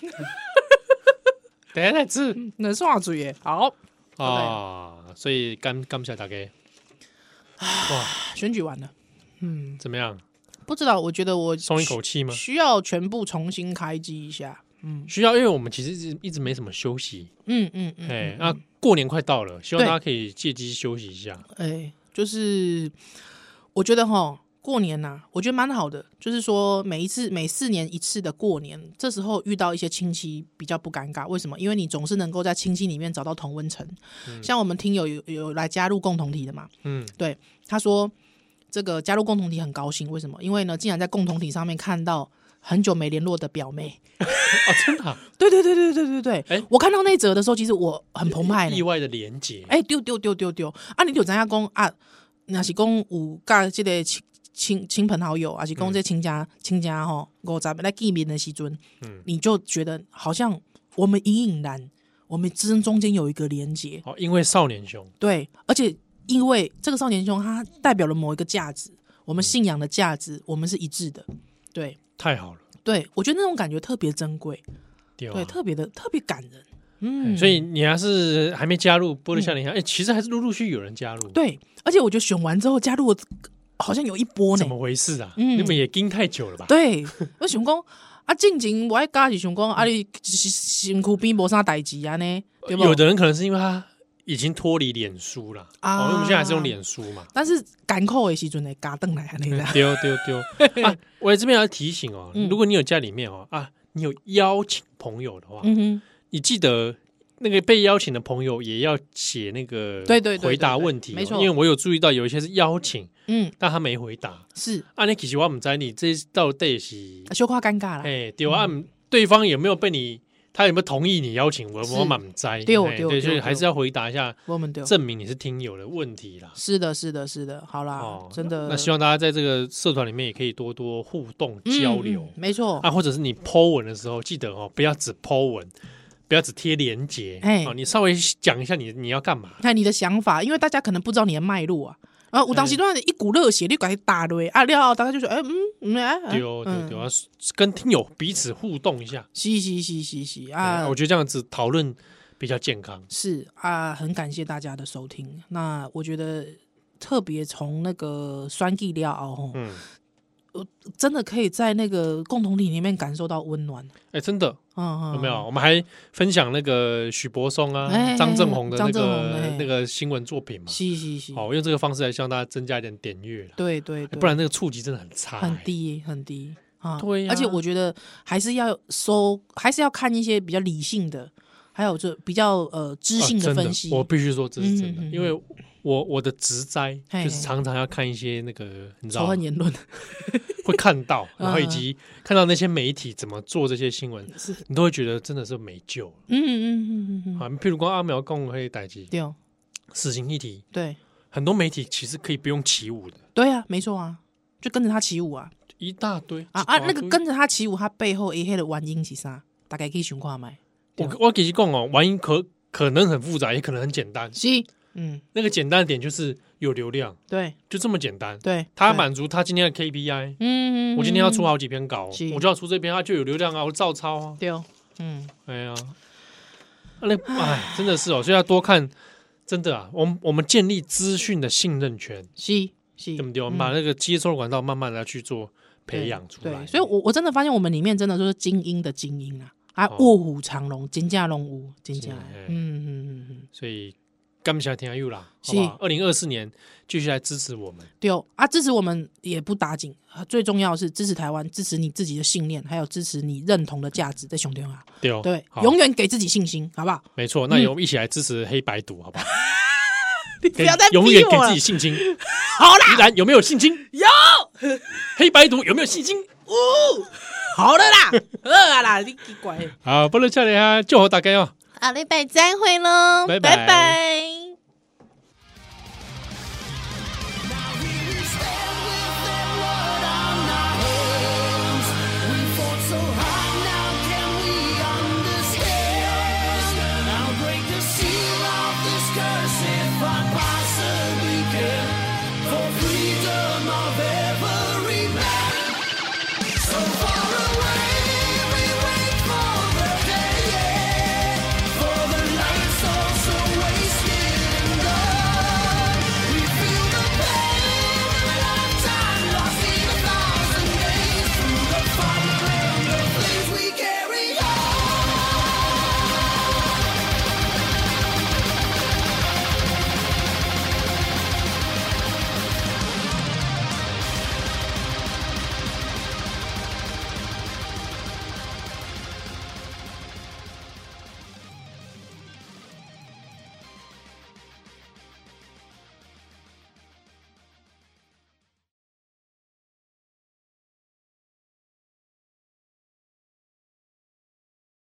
S2: 等一下再吃
S3: 能送下嘴耶，好，
S2: 啊。所以干干下大概
S3: 选举完了，
S2: 怎么样？
S3: 不知道，我觉得我
S2: 松一口气吗？
S3: 需要全部重新开机一下，嗯
S2: 需要，因为我们其实一直一直没什么休息，
S3: 嗯嗯嗯，
S2: 哎，那过年快到了，希望
S3: 对
S2: 大家可以借机休息一下。
S3: 哎、就是我觉得哈，过年呐、我觉得蛮好的，就是说每一次每四年一次的过年，这时候遇到一些亲戚比较不尴尬，为什么？因为你总是能够在亲戚里面找到同温层，像我们听友有有来加入共同体的嘛，
S2: 嗯，
S3: 对，他说这个加入共同体很高兴，为什么？因为呢，竟然在共同体上面看到很久没联络的表妹。
S2: 哦，真的啊
S3: 对对对对对对对对，
S2: 哎
S3: 我看到那则的时候，其实我很澎湃呢
S2: 意，外的连结，
S3: 哎、对对对对对，啊，你就知影讲啊，若是讲有甲即个亲亲亲朋好友，还是讲这亲家亲家吼，五十来见面的时阵，
S2: 嗯
S3: 你就觉得好像我们隐隐然，我们之间中间有一个连接，
S2: 哦，因为少年兄，
S3: 对，而且因为这个少年兄他代表了某一个价值，我
S2: 嗯
S3: 们信仰的价值，我们是一致的，对
S2: 太好了，
S3: 对，我觉得那种感觉特别珍贵，
S2: 对啊
S3: 对，特嗯别的特别感人，
S2: 哎所以你要是还没加入波多夏令香，哎，其实还是陆陆续续有人加入，，
S3: 嗯对，而且我觉得选完之后加入我好像有一波呢
S2: 怎。么回事啊？
S3: 嗯
S2: 你们也盯太久了吧？
S3: 对，我想讲啊，进前我爱家是想讲啊，你是身躯边无啥代志啊呢，对不？
S2: 有的人可能是因为他已经脱离脸书了，
S3: 啊，
S2: 哦，因为我们现在还是用脸书嘛
S3: 但是赶考的时阵呢，嘎登来啊，那个
S2: 丢丢 丢啊！我这边要提醒哦
S3: 嗯，
S2: 如果你有家里面哦啊，你有邀请朋友的话，
S3: 嗯哼，
S2: 你记得。那个被邀请的朋友也要写那个
S3: 对对对对
S2: 回答
S3: 对
S2: 问题哦，
S3: 没错
S2: 因为我有注意到有一些是邀请，
S3: 嗯，
S2: 但他没回答。
S3: 是
S2: 啊，你其实我唔知你这到底 是
S3: 小可尴尬啦，
S2: 哎，对啊，嗯对方有没有被你，他有没有同意你邀请我，
S3: 是
S2: 我满栽。
S3: 对哦
S2: 哎
S3: 对哦
S2: 对，
S3: 对哦
S2: 所以还
S3: 对
S2: 是
S3: 哦
S2: 要回答一下，
S3: 我们对，
S2: 证明你是听友的问题啦。
S3: 是的，是的，是的，好啦，啊真的，
S2: 哦那希望大家在这个社团里面也可以多多互动
S3: 嗯
S2: 交流
S3: 嗯没错，
S2: 啊，或者是你 Po 文的时候，记得哦，不要只 Po 文，不要只贴链接，
S3: 哎
S2: 哦，你稍微讲一下你你要干嘛。
S3: 看你的想法，因为大家可能不知道你的脉络啊。啊，我
S2: 嗯
S3: 当时都一股热血，你赶紧打雷啊！料大家就说，哎、嗯嗯，哎、哎
S2: 对哦，对哦
S3: 嗯
S2: 对哦，要跟听友彼此互动一下
S3: 是是是是是
S2: 啊，
S3: 啊，
S2: 我觉得这样子讨论比较健康。
S3: 是啊，很感谢大家的收听。那我觉得特别从那个酸地料哦，
S2: 嗯，
S3: 真的可以在那个共同体里面感受到温暖。
S2: 哎，真的
S3: 嗯嗯，
S2: 有没有？？我们还分享那个许博松啊、
S3: 哎
S2: 张正宏的那
S3: 张正宏
S2: 个
S3: 哎
S2: 那个新闻作品嘛。哦
S3: 是是是，
S2: 好，用这个方式来向大家增加一点点阅啦
S3: 对对对，
S2: 不然那个触及真的很差，欸
S3: 很。低很低啊。
S2: 对呀
S3: 而且我觉得还是要收，还是要看一些比较理性的，还有就比较呃知
S2: 啊
S3: 性
S2: 真
S3: 分析。
S2: 我必须说这是真的，
S3: 嗯嗯嗯
S2: 因为我我的职灾
S3: 嘿
S2: 就是常常要看一些那个，你知
S3: 仇
S2: 道吗
S3: 恨言论
S2: 会看到，然后以
S3: 嗯
S2: 及看到那些媒体怎么做这些新闻，
S3: 是，
S2: 你都会觉得真的是没救了
S3: 嗯嗯嗯嗯嗯，
S2: 啊！譬如光阿苗共会逮击
S3: 对哦
S2: 死刑议题，
S3: 对
S2: 很多媒体其实可以不用起舞的，
S3: 对啊，没错啊，就跟着他起舞啊
S2: 一大堆
S3: 啊
S2: 一
S3: 啊
S2: 大！
S3: 那个
S2: 堆
S3: 跟着他起舞，他背后黑黑的原因是啥？啊大概可以循看买。
S2: 我我给你讲哦，玩音可可能很复杂，也可能很简单。
S3: 是，嗯，
S2: 那个简单的点就是有流量，
S3: 对
S2: 就这么简单。
S3: 对，
S2: 他
S3: 对，
S2: 满足他今天的 KPI，
S3: 嗯，嗯
S2: 我今天要出啊
S3: 嗯
S2: 好几篇稿
S3: 是，
S2: 我就要出这篇，他就有流量啊，我照抄啊
S3: 嗯。对哦，嗯，
S2: 哎呀，那哎，真的是哦，所以要多看。真的啊，我们我们建立资讯的信任圈，
S3: 是是，
S2: 对不对？我们
S3: 嗯
S2: 把那个接收的管道慢慢的去做培养出来。
S3: 对，所以我我真的发现我们里面真的就是精英的精英啊，啊，
S2: 哦
S3: 卧虎藏龙，金甲龙舞，金甲
S2: 是，
S3: 嗯嗯嗯嗯，
S2: 所以感谢听友啦，好
S3: 是
S2: 不好？二零二四年继续来支持我们，
S3: 对哦啊，支持我们也不打紧，啊最重要的是支持台湾，支持你自己的信念，还有支持你认同的价值，在兄弟啊，
S2: 对哦，
S3: 对，
S2: 好
S3: 永远嗯给自己信心，好不好？
S2: 没错，那我们一起来支持黑白赌，好不好？
S3: 你不
S2: 给
S3: 要再逼
S2: 永远给
S3: 我
S2: 自
S3: 了
S2: 己，信心。
S3: 好啦，
S2: 依然有没有信心？
S3: 有，
S2: 黑白赌有没有信心？
S3: 呜，好了啦， 饿啦，你奇怪。
S2: 好，不能下来啊，就好大概哦。
S5: 好嘞，拜，再会喽，
S2: 拜拜
S5: 拜拜